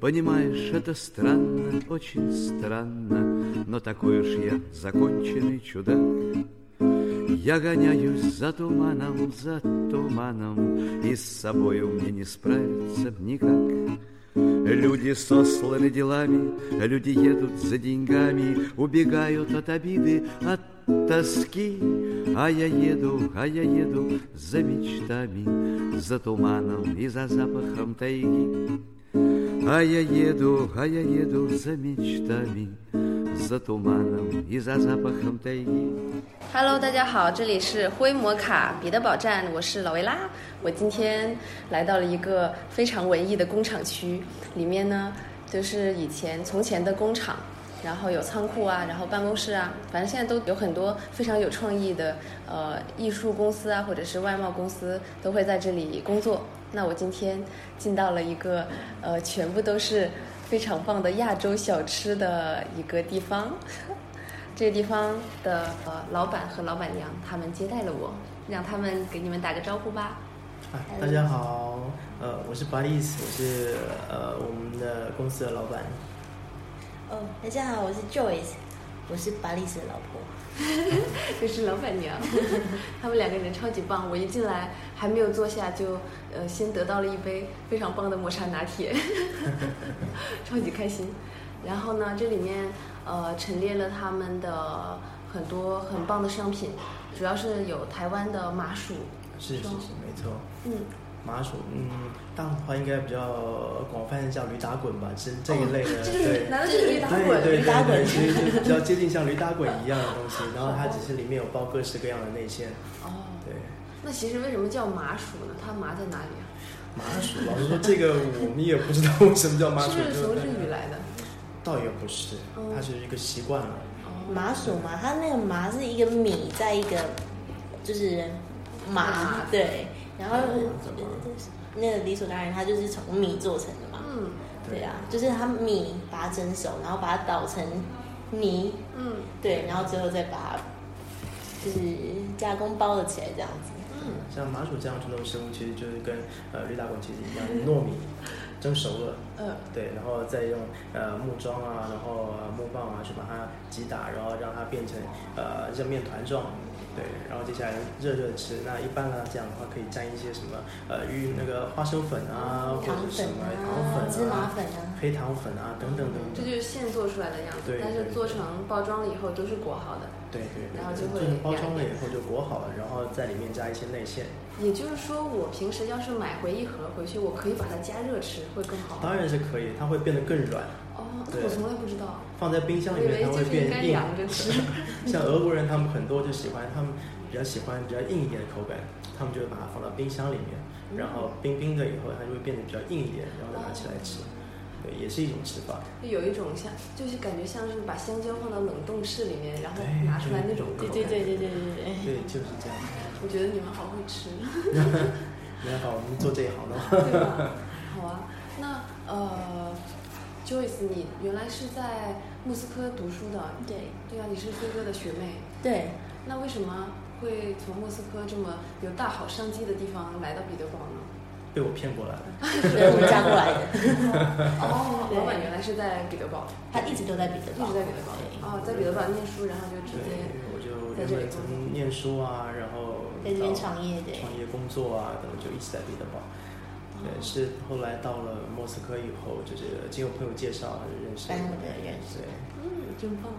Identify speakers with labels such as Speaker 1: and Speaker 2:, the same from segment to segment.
Speaker 1: Понимаешь, это странно, очень странно, Но такой уж я законченный чудак. Я гоняюсь за туманом, за туманом, И с собою мне не справиться никак. Люди сосланы делами, люди едут за деньгами, Убегают от обиды, от тоски, А я еду, а я еду за мечтами, За туманом и за запахом тайги. А я еду, а я еду за мечтами, за туманом и за запахом тайги.
Speaker 2: Hello，大家好，这里是灰摩卡彼得堡站，我是老维拉。我今天来到了一个非常文艺的工厂区，里面呢就是以前从前的工厂，然后有仓库啊，然后办公室啊，反正现在都有很多非常有创意的呃艺术公司啊，或者是外贸公司都会在这里工作。那我今天进到了一个呃全部都是非常棒的亚洲小吃的一个地方。这个地方的呃老板和老板娘他们接待了我，让他们给你们打个招呼吧。
Speaker 3: 啊，
Speaker 2: 哎
Speaker 3: 大家好，呃，我是巴利斯，我是呃我们的公司的老板。
Speaker 4: 哦，大家好，我是 Joyce，我是巴丽斯的老婆。
Speaker 2: 这是老板娘， 他们两个人超级棒。我一进来还没有坐下就呃先得到了一杯非常棒的抹茶拿铁， 超级开心。然后呢，这里面呃陈列了他们的很多很棒的商品，主要是有台湾的麻薯，
Speaker 3: 是是
Speaker 2: 吧
Speaker 3: 是，没错。
Speaker 2: 嗯，
Speaker 3: 麻薯，嗯，大的话应该比较广泛，像驴打滚吧，是这一类的，
Speaker 2: 哦这就是
Speaker 3: 对。
Speaker 2: 难道就是驴打
Speaker 3: 对
Speaker 2: 滚？
Speaker 3: 对
Speaker 4: 驴打
Speaker 3: 对对，
Speaker 4: 滚
Speaker 3: 其实 就比较接近像驴打滚一样的东西，然后它只是里面有包各式各样的内馅，
Speaker 2: 哦，
Speaker 3: 对。
Speaker 2: 那其实为什么叫麻薯呢？它麻在哪里啊？
Speaker 3: 麻薯，老实说，这个我们也不知道为什么叫麻薯，
Speaker 2: 是不是
Speaker 3: 就
Speaker 2: 从
Speaker 3: 是
Speaker 2: 日语来的？
Speaker 3: 倒也不是
Speaker 2: 哦，
Speaker 3: 它是一个习惯了。
Speaker 2: 哦，
Speaker 4: 麻薯嘛，它那个麻是一个米，在一个就是麻
Speaker 2: 麻，
Speaker 4: 对，然后呃
Speaker 3: 怎么
Speaker 4: 那个理所当然，它就是从米做成的嘛，
Speaker 2: 嗯
Speaker 4: 对啊，就是它米把它蒸熟，然后把它捣成泥，
Speaker 2: 嗯
Speaker 4: 对，然后最后再把它就是加工包了起来这样子。
Speaker 2: 嗯，
Speaker 3: 像麻薯这样传统食物，其实就是跟呃驴打滚其实一样，糯米蒸熟了，
Speaker 4: 嗯
Speaker 2: 呃，
Speaker 3: 对，然后再用呃木桩啊，然后呃木棒啊去把它击打，然后让它变成呃热面团状。对，然后接下来热热吃。那一般呢，这样的话可以蘸一些什么呃玉那个花生粉啊，或
Speaker 4: 糖
Speaker 3: 者是
Speaker 4: 粉
Speaker 3: 什么糖
Speaker 4: 啊，
Speaker 3: 粉啊、
Speaker 4: 芝麻粉啊，
Speaker 3: 黑糖粉啊等等等
Speaker 2: 这
Speaker 3: 等。
Speaker 2: 就是现做出来的样子
Speaker 3: 对，
Speaker 2: 但是
Speaker 3: 对
Speaker 2: 做成包装了以后都是裹好的。
Speaker 3: 对对对，
Speaker 2: 然后就
Speaker 3: 对
Speaker 2: 会
Speaker 3: 是包装了
Speaker 2: 两
Speaker 3: 以后就裹好了，然后在里面加一些内馅。
Speaker 2: 也就是说，我平时要是买回一盒回去，我可以把它加热吃，会更好。
Speaker 3: 当然是可以，它会变得更软，
Speaker 2: 哦，那
Speaker 3: 对
Speaker 2: 我从来不知道，
Speaker 3: 放在冰箱
Speaker 2: 我
Speaker 3: 里
Speaker 2: 以
Speaker 3: 面
Speaker 2: 为
Speaker 3: 它
Speaker 2: 就
Speaker 3: 会
Speaker 2: 是应该
Speaker 3: 变硬。
Speaker 2: 凉着吃。
Speaker 3: 像俄国人，他们很多就喜欢，他们比较喜欢比较硬一点的口感，他们就会把它放到冰箱里
Speaker 2: 嗯
Speaker 3: 面，然后冰冰的以后，它就会变得比较硬一点，然后再拿起来吃。对，也是一种吃法。
Speaker 2: 就有一种像，就是感觉像是把香蕉放到冷冻室里面，然后
Speaker 3: 对
Speaker 2: 拿出来那种口
Speaker 4: 对
Speaker 2: 感。
Speaker 4: 对对对对对对。
Speaker 3: 对，就是 这样。
Speaker 2: 我觉得你们好会 吃。
Speaker 3: 没办法，我们做这一行的话，
Speaker 2: 对吧？好啊，那呃，Joyce，你原来是在莫斯科读书的，
Speaker 4: 对
Speaker 2: 对啊，你是飞哥的学妹，
Speaker 4: 对，
Speaker 2: 那为什么会从莫斯科这么有大好商机的地方来到彼得堡 呢？
Speaker 3: 被我骗过来了。
Speaker 4: 对，我们嫁过来的，
Speaker 2: 哦，
Speaker 4: 对
Speaker 2: 老板原来是在彼得堡，
Speaker 4: 他一直都在彼得
Speaker 2: 一
Speaker 4: 堡，
Speaker 2: 直在彼得堡，哦，在彼得堡念书，然后就直
Speaker 3: 对
Speaker 2: 接，
Speaker 3: 我就
Speaker 2: 在
Speaker 3: 原
Speaker 2: 这里
Speaker 3: 本从念书啊，然后
Speaker 4: 对，在这
Speaker 3: 到
Speaker 4: 边创业，对。
Speaker 3: 创业工作啊，等就一直在彼得堡。对，是后来到了莫斯科以后，就是经由朋友介绍认识。
Speaker 4: 班我的认识
Speaker 3: 对，
Speaker 2: 嗯，真棒，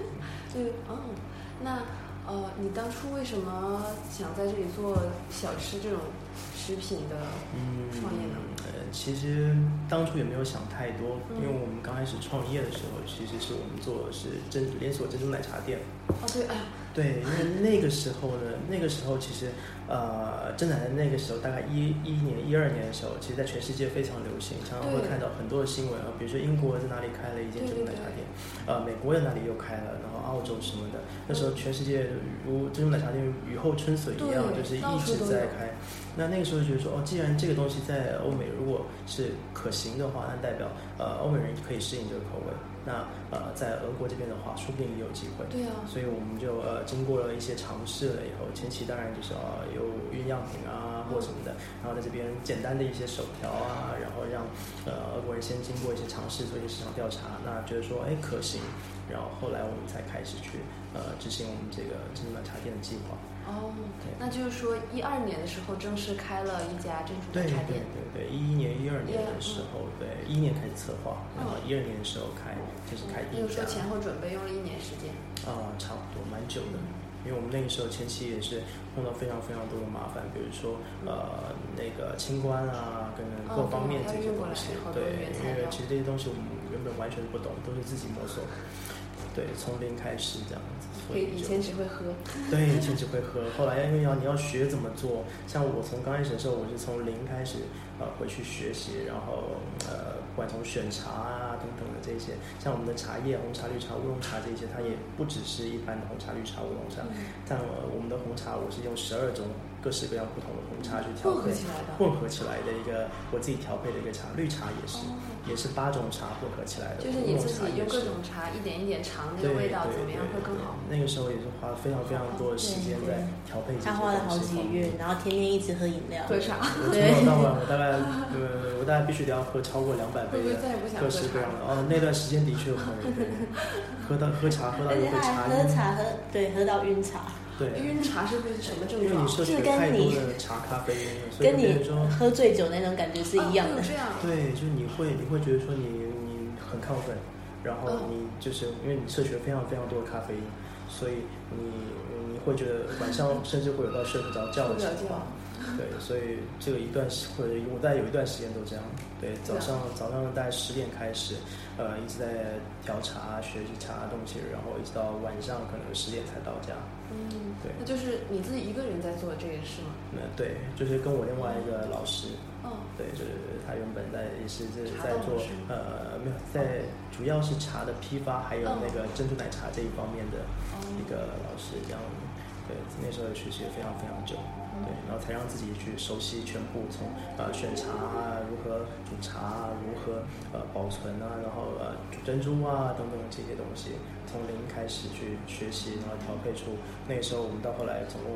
Speaker 2: 对，哦，那。呃，你当初为什么想在这里做小吃这种食品的
Speaker 3: 嗯
Speaker 2: 创业呢？
Speaker 3: 呃，其实当初也没有想太多，
Speaker 2: 嗯
Speaker 3: 因为我们刚开始创业的时候，其实是我们做的是珍连锁珍珠奶茶店。
Speaker 2: 哦，对，哎呀，
Speaker 3: 对，因为那个时候呢，那个时候其实，呃，真奶奶那个时候大概一一年、一二年的时候，其实在全世界非常流行，常常会
Speaker 2: 对
Speaker 3: 看到很多的新闻啊，比如说英国在哪里开了一间
Speaker 2: 对
Speaker 3: 珍珠奶
Speaker 2: 对
Speaker 3: 茶
Speaker 2: 对
Speaker 3: 店，呃，美国在哪里又开了，然后澳洲什么的，那时候全世界如珍珠奶茶店雨后春笋一样，
Speaker 2: 对
Speaker 3: 就是
Speaker 2: 到
Speaker 3: 一
Speaker 2: 处
Speaker 3: 直
Speaker 2: 都有
Speaker 3: 在开。那那个时候就觉得说，哦，既然这个东西在欧美如果是可行的话，那代表呃欧美人可以适应这个口味。那呃，在俄国这边的话，说不定也有机会。
Speaker 2: 对啊，
Speaker 3: 所以我们就呃经过了一些尝试了以后，前期当然就是呃有酝酿品啊，或或什么的，然后在这边简单的一些手调啊，然后让呃俄国人先经过一些尝试做一些市场调查，那觉得说哎可行，然后后来我们才开始去呃执行我们这个珍珠奶茶店的计划。
Speaker 5: 哦
Speaker 3: 对，
Speaker 5: 那就是说一二年的时候正式开了一家珍珠
Speaker 3: 对
Speaker 5: 奶
Speaker 3: 对
Speaker 5: 茶店。
Speaker 3: 对对，一一年、一二年
Speaker 5: 12
Speaker 3: 的时候，对，一一年开始策划，然后一二年的时候开就是开
Speaker 5: 比
Speaker 3: 第一
Speaker 5: 如哦说
Speaker 3: 家，
Speaker 5: 前后准备用了一年时间。
Speaker 3: 啊、差不多蛮久的。因为我们那个时候前期也是碰到非常非常多的麻烦，比如说呃那个清关啊，跟各方面这些东西，
Speaker 5: 哦对哦
Speaker 3: 对，
Speaker 5: 要运过来好多原材
Speaker 3: 因为
Speaker 5: 料
Speaker 3: 其实这些东西我们原本完全不懂，都是自己摸索，对，从零开始这样子，所
Speaker 5: 以以
Speaker 3: 就
Speaker 5: 前只会喝，
Speaker 3: 对，以前只会喝，后来因为要你要学怎么做，像我从刚开始的时候，我是从零开始，呃，回去学习，然后呃，不管从选茶啊等等的这些，像我们的茶叶、红茶、绿茶、乌龙茶这些，它也不只是一般的红茶、绿茶、乌龙茶，
Speaker 5: 嗯
Speaker 3: 但我我们的红茶我是用十二种各式各样不同的红茶去调
Speaker 5: 混合
Speaker 3: 配
Speaker 5: 起来的，
Speaker 3: 混合起来的一个我自己调配的一个茶，绿茶也是，
Speaker 5: 哦
Speaker 3: 也是八种茶混合起来的，
Speaker 5: 就是
Speaker 3: 乌
Speaker 5: 你
Speaker 3: 龙
Speaker 5: 自
Speaker 3: 茶
Speaker 5: 己
Speaker 3: 也
Speaker 5: 用各
Speaker 3: 是
Speaker 5: 种茶一点一点尝那
Speaker 3: 对
Speaker 5: 个
Speaker 3: 对
Speaker 5: 味
Speaker 3: 对
Speaker 5: 道，怎么样会更好？
Speaker 3: 对那个时候也是花了非常非常多的时间在调配这些
Speaker 4: 他花了好几个月，然后天天一直喝饮料，
Speaker 5: 喝茶
Speaker 3: 我从早到晚，我大概呃，我大概必须得要喝超过两百杯
Speaker 5: 会不会
Speaker 3: 的
Speaker 5: 再也不想喝
Speaker 3: 各式各样的。哦，那段时间的确很 累，喝到喝茶喝到
Speaker 4: 而
Speaker 3: 有
Speaker 4: 且
Speaker 3: 会
Speaker 4: 他
Speaker 3: 茶
Speaker 4: 还喝
Speaker 3: 晕，
Speaker 4: 茶喝对喝到晕茶，
Speaker 3: 对，
Speaker 5: 晕茶是不是什么症
Speaker 3: 因为
Speaker 5: 状
Speaker 3: 你？摄取了太多的茶咖啡因了，所以
Speaker 4: 跟
Speaker 3: 就变成
Speaker 4: 你
Speaker 3: 说，
Speaker 4: 喝醉酒那种感觉是一样
Speaker 5: 哦
Speaker 4: 的。
Speaker 5: 这样。
Speaker 3: 对，就是你会你会觉得说你你很亢奋，然后你就是因为你摄取了非常非常多的咖啡因，所以你你会觉得晚上 甚至会有到睡不着觉的情况。对，所以这个一段时或者我大概有一段时间都这样。对，啊早上早上大概十点开始，呃，一直在调查、学习查东西，然后一直到晚上可能十点才到家。
Speaker 5: 嗯，
Speaker 3: 对
Speaker 5: 那就是你自己一个人在做这个事吗？
Speaker 3: 那对，就是跟我另外一个老师，
Speaker 5: 哦，
Speaker 3: 对，就是他原本在也是就是
Speaker 5: 茶
Speaker 3: 在
Speaker 5: 道哦
Speaker 3: 做
Speaker 5: 是吗
Speaker 3: 呃没有在主要是茶的批发，还有
Speaker 5: 嗯
Speaker 3: 那个珍珠奶茶这一方面的
Speaker 5: 哦
Speaker 3: 一个老师这样。对，那时候学习了非常非常久，
Speaker 5: 嗯
Speaker 3: 对，然后才让自己去熟悉全部从呃选茶啊，如何煮茶啊，如何呃保存啊，然后呃煮珍珠啊等等这些东西，从零开始去学习，然后调配出那个时候我们到后来总共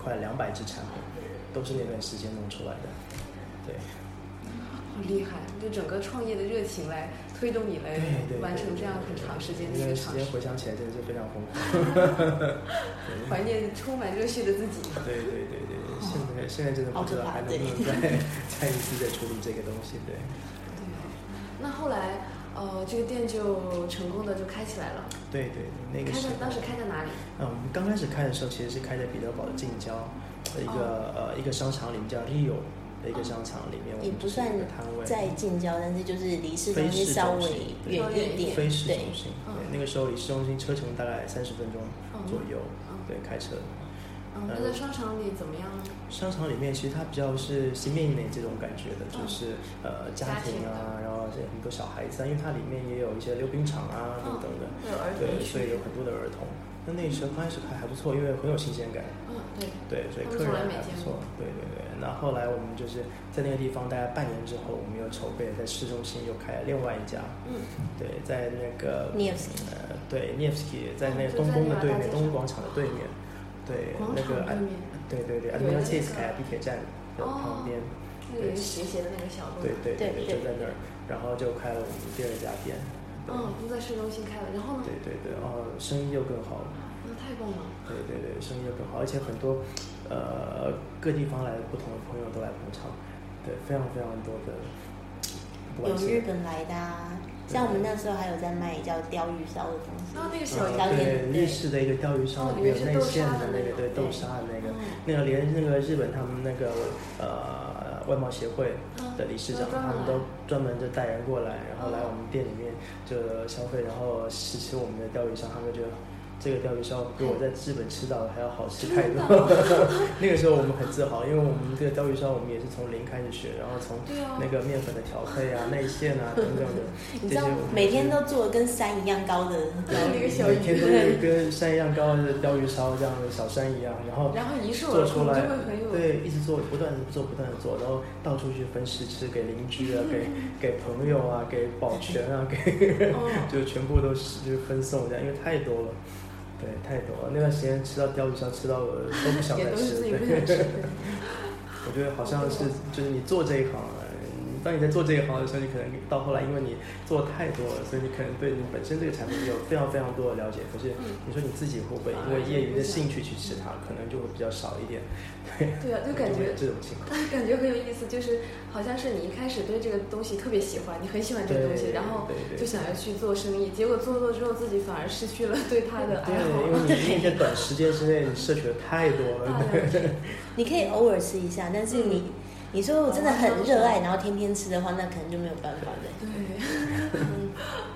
Speaker 3: 快两百支产品，都是那段时间弄出来的，对。
Speaker 5: 好厉害！就整个创业的热情来推动你来
Speaker 3: 对对对，
Speaker 5: 哎完成这样很长时间的一
Speaker 3: 那
Speaker 5: 个
Speaker 3: 段时
Speaker 5: 尝
Speaker 3: 间
Speaker 5: 试，
Speaker 3: 回想起来真的是非常疯狂。
Speaker 5: 怀念充满热血的自己。
Speaker 3: 对对对对，对
Speaker 5: 哦
Speaker 3: 现在现在真的不知道还能不能 再再一次再处理这个东西。对，
Speaker 5: 对，那后来呃，这个店就成功的就开起来了。
Speaker 3: 对对，那个
Speaker 5: 开
Speaker 3: 时
Speaker 5: 在
Speaker 3: 候
Speaker 5: 当时开在哪里？
Speaker 3: 嗯，我们刚开始开的时候，其实是开在彼得堡的近郊的一个、
Speaker 5: 哦
Speaker 3: 呃一个商场里面叫 Rio 的一个商场里面，我
Speaker 4: 也
Speaker 3: 们
Speaker 4: 不
Speaker 3: 就是
Speaker 4: 算
Speaker 3: 一个摊位，
Speaker 4: 在近郊，但是就是离市中心稍微远一点，
Speaker 3: 非市
Speaker 4: 对，
Speaker 3: 中心。
Speaker 5: 嗯
Speaker 3: 对，那个时候离市中心车程大概三十分钟左右
Speaker 5: 嗯，
Speaker 3: 对，呃开车。
Speaker 5: 嗯，那在商场里怎么样呢？
Speaker 3: 商场里面其实它比较是新面那这种感觉的，
Speaker 5: 嗯
Speaker 3: 就是、呃
Speaker 5: 家
Speaker 3: 家
Speaker 5: 庭
Speaker 3: 庭啊，
Speaker 5: 的
Speaker 3: 然后这很多小孩子啊，因为它里面也有一些溜冰场啊等等的，
Speaker 5: 有嗯儿童
Speaker 3: 对，
Speaker 5: 区
Speaker 3: 所以有很多的儿童。那那时候刚开始还还不错，因为很有新鲜感，
Speaker 5: 嗯，对，
Speaker 3: 对，所以
Speaker 5: 他们
Speaker 3: 客人
Speaker 5: 从来没
Speaker 3: 还不
Speaker 5: 见
Speaker 3: 错
Speaker 5: 过，
Speaker 3: 对对对。那后来我们就是在那个地方大概半年之后，我们又筹备在市中心又开了另外一家，
Speaker 5: 嗯，
Speaker 3: 对，在那个
Speaker 4: Nevsky
Speaker 3: 呃，对 n e v s k y 在
Speaker 5: 哦
Speaker 3: 那
Speaker 5: 就
Speaker 3: 个东
Speaker 5: 在
Speaker 3: 宫
Speaker 5: 那
Speaker 3: 的
Speaker 5: 个
Speaker 3: 对
Speaker 5: 大
Speaker 3: 面，
Speaker 5: 街
Speaker 3: 东
Speaker 5: 上
Speaker 3: 宫广场的对面，对
Speaker 5: 广，
Speaker 3: 那个
Speaker 5: 场对面
Speaker 3: 对对
Speaker 5: 有
Speaker 3: 对
Speaker 5: 一个哦
Speaker 3: a d m i r a
Speaker 5: 那个
Speaker 3: l t y s k y 地铁站的旁边，
Speaker 5: 那个斜斜的那个小路。
Speaker 3: 对对
Speaker 4: 对
Speaker 3: 对，就
Speaker 4: 对
Speaker 3: 在那儿，然后就开了我们第二家店，
Speaker 5: 嗯，都在市中心开了，然后呢
Speaker 3: 对？对对，然后生意又更好了。
Speaker 5: 那太棒了。
Speaker 3: 对对对，生意又更好，而且很多呃各地方来的不同的朋友都来捧场，对，非常非常多的，不管
Speaker 4: 有
Speaker 3: 是
Speaker 4: 日本来的、啊，像我们那时候还有在卖叫鲷鱼烧的东西，
Speaker 5: 然后那个小羊
Speaker 4: 小羊
Speaker 3: 哦对
Speaker 4: 店
Speaker 3: 日式的一个钓鱼烧，里面有内馅的那个，对
Speaker 5: 哦
Speaker 3: 豆沙的那个，那个连那个日本他们那个呃外贸协会的理事长，他们都专门就带人过来，然后来我们店里面就消费，然后试吃我们的钓鱼烧，他们就觉得。这个钓鱼烧比我在日本吃到的还要好吃太多。那个时候我们很自豪，因为我们这个钓鱼烧我们也是从零开始学，然后从
Speaker 5: 对啊
Speaker 3: 那个面粉的调配啊、内馅啊等等的这
Speaker 4: 你知
Speaker 3: 些
Speaker 4: 道
Speaker 3: 我们
Speaker 4: 每
Speaker 3: 都是
Speaker 4: 天都做的跟山一样高的，
Speaker 5: 那个小
Speaker 3: 每天都有一
Speaker 5: 鱼，
Speaker 3: 根山一样高的钓鱼烧这样的小山一样，然后
Speaker 5: 然后一束
Speaker 3: 哦做
Speaker 5: 而
Speaker 3: 出
Speaker 5: 空就
Speaker 3: 来
Speaker 5: 会很，有。
Speaker 3: 对，一直做，不断的做，不断的做，然后到处去分试吃，给邻居啊，给给朋友啊，给保全啊， 给
Speaker 5: 嗯
Speaker 3: 就全部都是就是分送这样，因为太多了，对，太多了。那段时间吃到钓鱼烧，吃到我都不想
Speaker 5: 也
Speaker 3: 再
Speaker 5: 都是
Speaker 3: 吃，
Speaker 5: 自己
Speaker 3: 对
Speaker 5: 不想吃。
Speaker 3: 对我觉得好像是就是你做这一行，嗯当你在做这一行的时候，你可能到后来，因为你做太多了，所以你可能对你本身这个产品有非常非常多的了解。可
Speaker 2: 嗯
Speaker 3: 是你说你自己会不会因为业余的兴趣去吃它，可能就会比较少一点。对，
Speaker 2: 对啊就感
Speaker 3: 会
Speaker 2: 觉
Speaker 3: 有这种情况。
Speaker 2: 感觉很有意思，就是好像是你一开始对这个东西特别喜欢，你很喜欢这个东西，
Speaker 3: 对
Speaker 2: 然后
Speaker 3: 对对
Speaker 2: 就想要去做生意，结果做做之后自己反而失去了对它的
Speaker 3: 对，
Speaker 2: 爱好。
Speaker 3: 因为 你你在短时间之内你摄取了太多了。 对
Speaker 4: 你可以偶尔吃一下，但是你、
Speaker 3: 嗯
Speaker 4: 你说我真的很热爱，然后天天吃的话，那可能就没有办法了。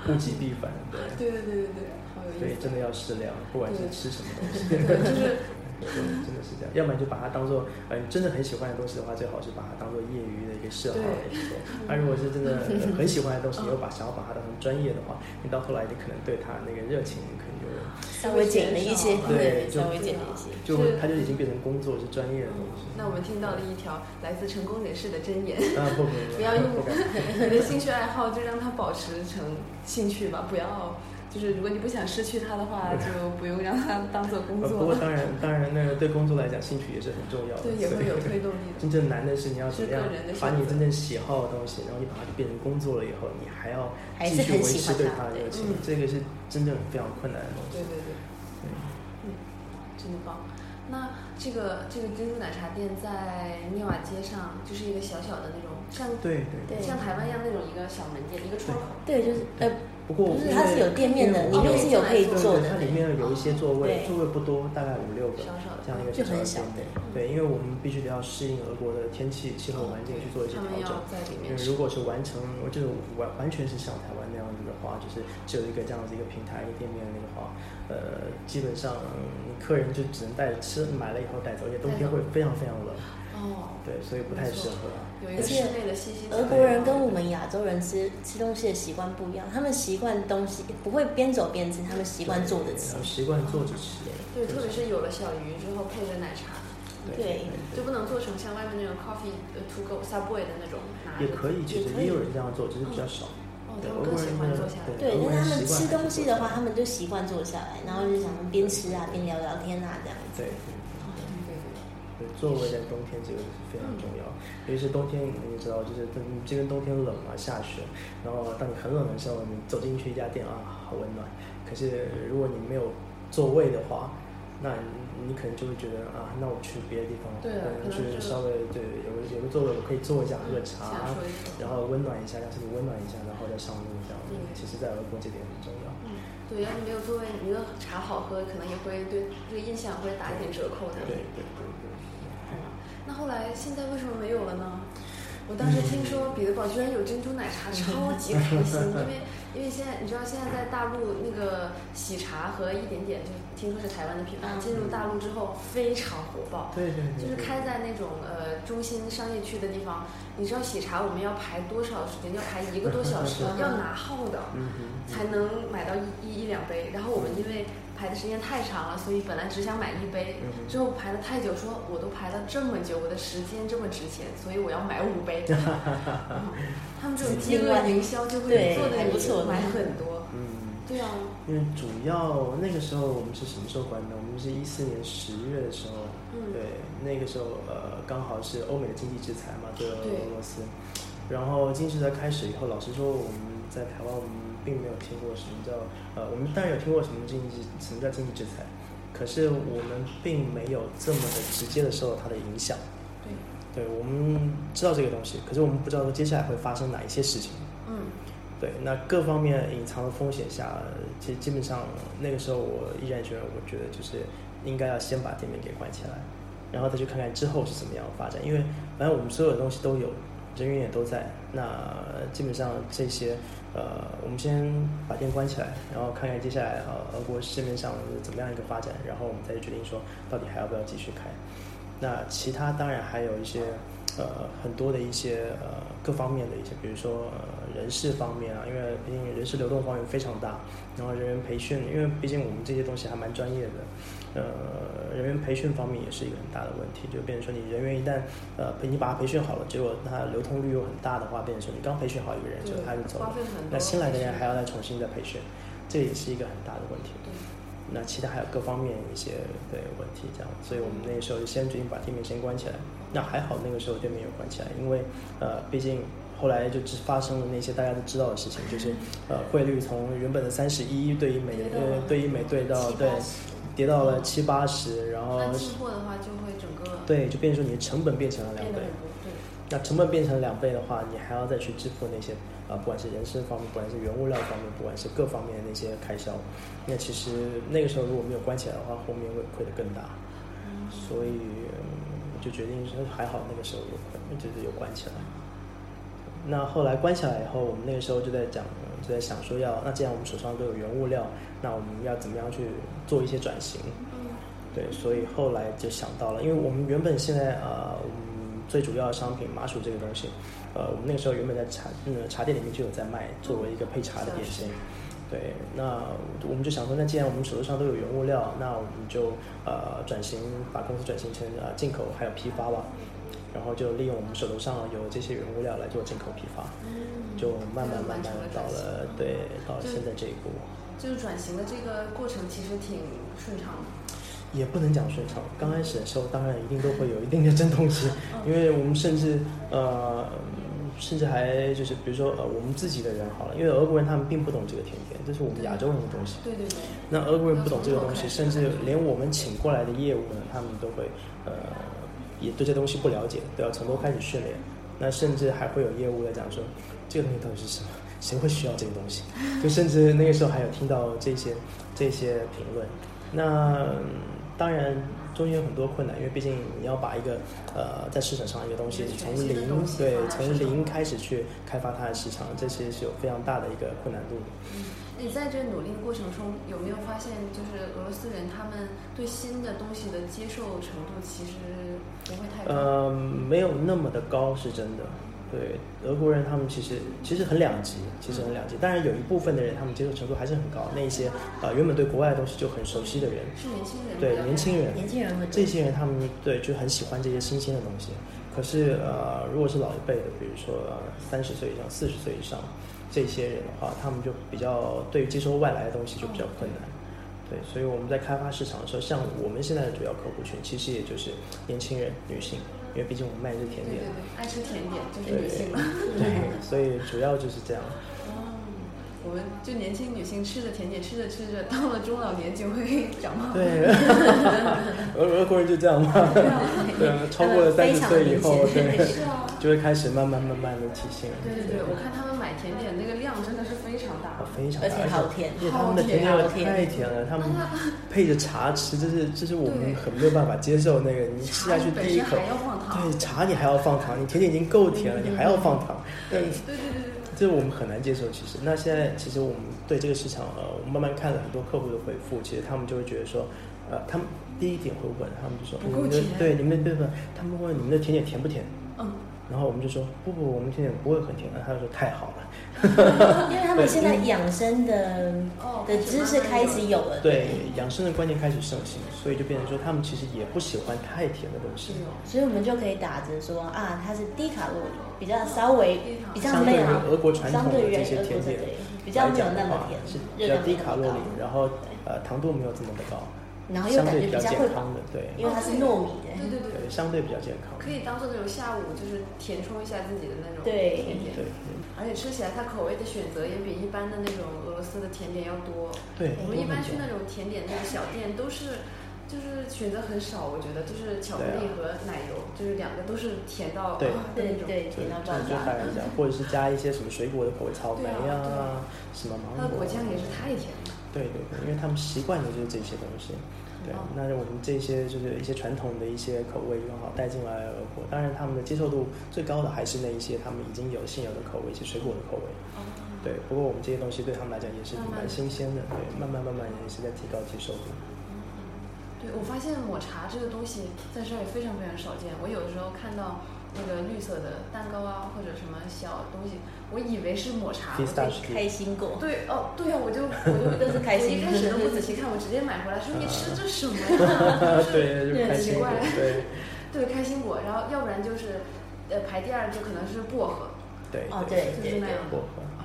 Speaker 3: 物极必反，对，
Speaker 2: 嗯对对对对对，好有
Speaker 3: 所
Speaker 2: 意
Speaker 3: 以
Speaker 2: 思。
Speaker 3: 真的要适量，不管是吃什么东西，
Speaker 2: 对，就是
Speaker 3: 对真的是这样。要不然就把它当做，呃，你真的很喜欢的东西的话，最好是把它当做业余的一个嗜好来去做。那如果是真 的呃很喜欢的东西，又把想要把它当成专业的话，你到后来你可能对它那个热情可能就
Speaker 4: 稍微减了一些，
Speaker 3: 对就
Speaker 4: 稍微减了一些。
Speaker 3: 就是它就已经变成工作，是专业的东西。
Speaker 2: 那我们听到了一条来自成功人士的箴言：
Speaker 3: 啊不不不，
Speaker 2: 不要用
Speaker 3: 不敢
Speaker 2: 你的兴趣爱好就让它保持成兴趣吧，不要就是如果你不想失去它的话，就不用让它当做工
Speaker 3: 呃不
Speaker 2: 作
Speaker 3: 过
Speaker 2: 了，
Speaker 3: 当然当然，那个对工作来讲，兴趣也是很重要的，
Speaker 2: 对，也
Speaker 3: 所
Speaker 2: 会
Speaker 3: 以
Speaker 2: 有推动力的。
Speaker 3: 真正难的是你要怎么样
Speaker 2: 是个人的选择
Speaker 3: 把你真正喜好的东西，然后你把它变成工作了以后，你还要
Speaker 4: 还
Speaker 3: 继
Speaker 4: 是
Speaker 3: 续
Speaker 4: 很
Speaker 3: 维
Speaker 4: 喜
Speaker 3: 持
Speaker 4: 欢
Speaker 3: 对
Speaker 4: 它
Speaker 3: 它的热情
Speaker 2: 嗯，
Speaker 3: 这个是真正非常困难的东
Speaker 2: 对。
Speaker 3: 西
Speaker 2: 对对，嗯，真的棒。那这个这个珍珠奶茶店在涅瓦街上，就是一个小小的那种，像
Speaker 3: 对对
Speaker 4: 对
Speaker 2: 像台湾一样那种一个小门店，一个窗口。
Speaker 4: 对，就是呃，
Speaker 3: 不过
Speaker 4: 不是它是有店面的，
Speaker 3: 因为
Speaker 4: 里面是有可以
Speaker 3: 对对
Speaker 4: 坐
Speaker 3: 对它
Speaker 4: 的。
Speaker 3: 里面有一些座位，
Speaker 4: 对
Speaker 3: 座位不多，大概五六个
Speaker 2: 少少的，
Speaker 3: 这样一个
Speaker 4: 就很
Speaker 3: 小
Speaker 4: 小
Speaker 3: 的店
Speaker 4: 的
Speaker 3: 面。对，因为我们必须得要适应俄国的天气、气候环境去做一些
Speaker 2: 他们
Speaker 3: 调
Speaker 2: 要
Speaker 3: 整。
Speaker 2: 在里面
Speaker 3: 因为
Speaker 2: 吃。
Speaker 3: 如果是完成，我就是完完全是像台湾那样子的话，就是只有一个这样子一个平台一个店面那个话，呃，基本上嗯客人就只能带着吃，买了以后带走，而且冬天会非常非常冷，
Speaker 2: 哦，
Speaker 3: 对，所以不太适合。啊
Speaker 2: 有一个室内的西西
Speaker 4: 俄国人跟我们亚洲人吃吃东西的习惯不一样，他们习惯东西不会边走边吃，他们习惯坐着吃
Speaker 3: 然后。习惯坐着吃，
Speaker 2: 对，特别是有了小鱼之后配着奶茶，
Speaker 4: 对，
Speaker 2: 就不能做成像外面那种 coffee 呃 to go subway 的那种拿着
Speaker 3: 也可以，其实
Speaker 4: 也可以
Speaker 3: 也有人这样做，只是比较少。
Speaker 2: 哦，
Speaker 3: 对
Speaker 2: 他
Speaker 3: 俄
Speaker 2: 们更
Speaker 3: 国
Speaker 2: 喜
Speaker 3: 人
Speaker 2: 欢
Speaker 3: 呢
Speaker 2: 坐下来。
Speaker 4: 对，但是他们吃东西的话，他
Speaker 3: 对
Speaker 4: 们就习惯坐下来，然后就想边吃啊边聊聊天啊这样子。
Speaker 3: 对。
Speaker 2: 对
Speaker 3: 对，座位在冬天这个是非常重要，
Speaker 2: 嗯
Speaker 3: 尤其是冬天，你知道，就是这这边冬天冷啊，下雪，然后当你很冷的时候，你走进去一家店啊，好温暖。可是如果你没有座位的话，那你你可能就会觉得啊，那我去别的地方，
Speaker 2: 对啊可能
Speaker 3: 嗯去
Speaker 2: 就
Speaker 3: 稍微对有个有个座位，我可以坐一下，喝个
Speaker 2: 嗯
Speaker 3: 茶
Speaker 2: 享受一下，嗯
Speaker 3: 然后温暖一下，让身体温暖一下，然后再上路这样子
Speaker 2: 对。
Speaker 3: 其实，在俄国这点很重要。
Speaker 2: 嗯对，要是没有座位，你的茶好喝，可能也会对这个印象会打一点折扣的。
Speaker 3: 对对对对。
Speaker 2: 那后来现在为什么没有了呢？我当时听说彼得堡居然有珍珠奶茶，超级开心，因为因为现在你知道现在在大陆那个喜茶和一点点，就听说是台湾的品牌，
Speaker 4: 嗯
Speaker 2: 进入大陆之后非常火爆。
Speaker 3: 对对对
Speaker 2: 就是
Speaker 3: 对
Speaker 2: 开在那种呃中心商业区的地方，你知道喜茶我们要排多少时间？要排一个多小时，啊 要拿号的。
Speaker 3: 嗯哼，
Speaker 2: 才能买到一一一两杯。然后我们因为排的时间太长了，所以本来只想买一杯
Speaker 3: 嗯，哼
Speaker 2: 之后排了太久，说我都排了这么久，我的时间这么值钱，所以我要买五 杯。嗯他们这种饥饿营销就会
Speaker 4: 对
Speaker 2: 做的
Speaker 4: 还不错
Speaker 2: 买很多。
Speaker 3: 嗯。
Speaker 2: 对啊，
Speaker 3: 因为主要那个时候我们是什么时候关的？我们是一四年十月的时候，
Speaker 2: 嗯
Speaker 3: 对，那个时候呃刚好是欧美的经济制裁嘛，对
Speaker 2: 对
Speaker 3: 俄罗斯。然后经济制裁开始以后，老实说我们在台湾我们并没有听过什么叫呃，我们当然有听过什么经济什么叫经济制裁，可是我们并没有这么的直接的受到它的影响。
Speaker 2: 对，
Speaker 3: 对，我们知道这个东西，可是我们不知道说接下来会发生哪一些事情。
Speaker 2: 嗯，
Speaker 3: 对，那各方面隐藏的风险下，其实基本上那个时候我依然觉得，我觉得就是应该要先把店面给关起来，然后再去看看之后是怎么样的发展。因为反正我们所有的东西都有，人员也都在，那基本上这些呃，我们先把店关起来，然后看看接下来呃俄国市面上是怎么样一个发展，然后我们再去决定说到底还要不要继续开。那其他当然还有一些呃很多的一些呃各方面的一些，比如说、呃、人事方面啊，因为毕竟人事流动方面非常大，然后人员培训，因为毕竟我们这些东西还蛮专业的，呃，人员培训方面也是一个很大的问题，就变成说你人员一旦呃培你把他培训好了，结果他流通率又很大的话，变成说你刚培训好一个人，
Speaker 2: 对
Speaker 3: 就他就走
Speaker 2: 花
Speaker 3: 了
Speaker 2: 费很多，
Speaker 3: 那新来的人还要再重新再培训，这也是一个很大的问题。
Speaker 2: 对
Speaker 3: 那其他还有各方面一些对问题这样，所以我们那时候就先决定把店面先关起来，那还好那个时候店面有关起来，因为呃，毕竟后来就只发生了那些大家都知道的事情，就是呃，汇率从原本的三十一对一美
Speaker 2: 跌到
Speaker 3: 呃对一美兑到
Speaker 2: 70
Speaker 3: 对跌到了七八十，然后
Speaker 2: 那进货的话就会整个
Speaker 3: 对就变成说你的成本变成了两
Speaker 2: 变得
Speaker 3: 倍
Speaker 2: 很。多，对，
Speaker 3: 那成本变成两倍的话，你还要再去支付那些啊、呃不管是人事方面，不管是原物料方面，不管是各方面的那些开销。那其实那个时候如果没有关起来的话，后面会亏得更大。所以、嗯我就决定说还好那个时候有关，就是有关起来。那后来关起来以后，我们那个时候就在讲，就在想说要，那既然我们手上都有原物料，那我们要怎么样去做一些转型？对，所以后来就想到了，因为我们原本现在呃，我们最主要的商品麻薯这个东西，呃，我们那个时候原本在茶呃茶店里面就有在卖，作为一个配茶的点心。对，那我们就想说，那既然我们手头上都有原物料，那我们就呃转型，把公司转型成呃进口还有批发吧。然后就利用我们手头上有这些原物料来做进口批发，
Speaker 2: 嗯
Speaker 3: 就慢慢嗯慢慢到了对到现在这一步。
Speaker 2: 就是转型的这个过程其实挺顺畅的，
Speaker 3: 也不能讲顺畅。刚开始的时候，当然一定都会有一定的阵痛期，因为我们甚至呃，甚至还就是比如说呃，我们自己的人好了，因为俄国人他们并不懂这个甜点，这是我们亚洲人的东西。
Speaker 2: 对对对，
Speaker 3: 那俄国人不懂这个东西，
Speaker 2: 要从头开始
Speaker 3: 甚至连我们请过来的业务呢，他们都会呃，也对这东西不了解，都要从头开始训练。那甚至还会有业务在讲说，这个东西到底是什么？ 谁会需要这个东 西？就甚至那个时候还有听到这些这些评论。那嗯当然中间有很多困难，因为毕竟你要把一个呃在市场上一个东西
Speaker 2: 全
Speaker 3: 从
Speaker 2: 新的
Speaker 3: 零
Speaker 2: 东西
Speaker 3: 对
Speaker 2: 放在市
Speaker 3: 从
Speaker 2: 场
Speaker 3: 零开始去开发它的市场，这其实是有非常大的一个困难度的。
Speaker 2: 你在这努力的过程中，有没有发现，就是俄罗斯人他们对新的东西的接受程度其实不会太高？
Speaker 3: 呃，没有那么的高，是真的。对，俄国人他们其实其实很两极，其实很两极。当然有一部分的人他们接受程度还是很高，那一些呃原本对国外的东西就很熟悉的人，
Speaker 2: 是年轻人
Speaker 3: 对
Speaker 2: 比较
Speaker 3: 年轻人，
Speaker 4: 年轻人会
Speaker 3: 这些人他们对就很喜欢这些新鲜的东西。可是呃，如果是老一辈的，比如说呃三十岁以上、四十岁以上这些人的话，他们就比较对于接收外来的东西就比较困难。对，所以我们在开发市场的时候，像我们现在的主要客户群其实也就是年轻人、女性，因为毕竟我们卖的是甜
Speaker 2: 对对
Speaker 3: 点。
Speaker 2: 对，爱吃甜点就是女性了。
Speaker 3: 对，所以主要就是这样。
Speaker 2: 哦， 我们就年轻女性吃着甜点，吃着吃着，到了中老年就会 长胖。
Speaker 3: 对，俄俄国人就这样嘛，对啊，超过了三十岁以后，对，
Speaker 2: 是啊，
Speaker 3: 就会开始慢慢慢慢的体现。
Speaker 2: 对对对，我看他们买甜点那个量真的是非常大
Speaker 3: 啊，。非常大
Speaker 4: 而且好甜
Speaker 3: 而且他们的甜
Speaker 4: 好
Speaker 3: 点
Speaker 4: 甜
Speaker 3: 太甜了，他们配着茶吃，这是这是我们很没有办法接受那个，你吃下去第一
Speaker 2: 茶
Speaker 3: 口
Speaker 2: 本身还要放，糖
Speaker 3: 对茶你还要放糖，你甜点已经够甜了，你还要放糖，对
Speaker 2: 对对对对。
Speaker 3: 这我们很难接受。其实，那现在其实我们对这个市场，呃，我慢慢看了很多客户的回复，其实他们就会觉得说，呃，他们第一点会问，他们就说
Speaker 2: 不
Speaker 3: 你
Speaker 2: 够
Speaker 3: 们的
Speaker 2: 甜
Speaker 3: 对你们的对他们问你们的甜点甜不甜？
Speaker 2: 嗯，
Speaker 3: 然后我们就说不不，我们甜点不会很甜的。他就说太好了，
Speaker 4: 哦因为他们现在养生的
Speaker 2: 哦
Speaker 4: 的知识开始有了，
Speaker 3: 对，养生的观念开始盛行，所以就变成说他们其实也不喜欢太甜的东西
Speaker 2: 是。有。
Speaker 4: 所以我们就可以打着说啊，它是低卡路里，比较稍微比较
Speaker 3: 相对
Speaker 4: 没
Speaker 3: 于
Speaker 4: 有啊
Speaker 3: 俄国传统
Speaker 4: 相
Speaker 3: 的
Speaker 4: 对于
Speaker 3: 这
Speaker 4: 俄
Speaker 3: 些
Speaker 4: 国
Speaker 3: 甜
Speaker 4: 的
Speaker 3: 点
Speaker 4: 对，呃比较
Speaker 3: 来
Speaker 4: 没有
Speaker 3: 讲
Speaker 4: 那
Speaker 3: 的
Speaker 4: 么
Speaker 3: 话
Speaker 4: 甜，
Speaker 3: 是比较
Speaker 4: 热量没
Speaker 3: 低
Speaker 4: 有那啊
Speaker 3: 卡
Speaker 4: 么
Speaker 3: 路里
Speaker 4: 高，
Speaker 3: 然后呃糖度没有这么的高，
Speaker 4: 然后又
Speaker 3: 相
Speaker 4: 感
Speaker 3: 对比
Speaker 4: 觉比
Speaker 3: 较
Speaker 4: 较
Speaker 3: 健
Speaker 4: 会
Speaker 3: 康的，对
Speaker 4: 因为它是糯米的，
Speaker 2: 对对对，
Speaker 3: 对，相对比较健康，
Speaker 2: 可以当做那种下午就是填充一下自己的那种
Speaker 4: 对
Speaker 2: 甜点
Speaker 3: 对。
Speaker 2: 而且吃起来它口味的选择也比一般的那种俄罗斯的甜点要多。
Speaker 3: 对
Speaker 2: 我们一般去
Speaker 3: 多
Speaker 2: 那
Speaker 3: 很多
Speaker 2: 种甜点那个小店都是，就是选择很少，我觉得就是巧克力和奶油，就是两个都是甜到
Speaker 3: 啊对
Speaker 2: 啊的
Speaker 4: 对
Speaker 2: 那种。
Speaker 4: 对，
Speaker 3: 对
Speaker 4: 甜到，
Speaker 3: 就
Speaker 4: 爆
Speaker 3: 就大
Speaker 4: 炸
Speaker 3: 概。这样，或者是加一些什么水果的口味，草莓
Speaker 2: 对啊对啊，
Speaker 3: 啊什么
Speaker 2: 它
Speaker 3: 芒
Speaker 2: 的
Speaker 3: 果
Speaker 2: 果
Speaker 3: 啊，
Speaker 2: 酱也是太甜了，
Speaker 3: 对对对，因为他们习惯的就是这些东西。对
Speaker 2: 哦，
Speaker 3: 那我们这些就是一些传统的一些口味就刚好带进来俄国。当然，他们的接受度最高的还是那一些他们已经有现有的口味，一些水果的口味。
Speaker 4: 哦
Speaker 3: 对，不过我们这些东西对他们来讲也是
Speaker 2: 慢慢
Speaker 3: 蛮新鲜的，对，慢慢慢慢也是在提高接 受度。
Speaker 2: 对我发现抹茶这个东西在这儿也非常非常少见。我有的时候看到那个绿色的蛋糕啊，或者什么小东西，我以为是抹茶，我就
Speaker 3: Pistachio
Speaker 4: 开心果，
Speaker 2: 对哦，对啊，我就我就
Speaker 4: 都是开心
Speaker 2: 我一开始都不仔细看，我直接买回来，说
Speaker 3: 嗯
Speaker 2: 你吃这什么呀
Speaker 3: 啊，？对，就
Speaker 2: 很
Speaker 3: 开
Speaker 2: 奇
Speaker 3: 心果
Speaker 2: 怪，
Speaker 3: 对
Speaker 2: 对开心果，然后要不然就是，呃，排第二就可能是薄荷，啊
Speaker 3: 对
Speaker 4: 哦
Speaker 3: 对，
Speaker 4: 对
Speaker 2: 就是那样。
Speaker 3: 薄荷。啊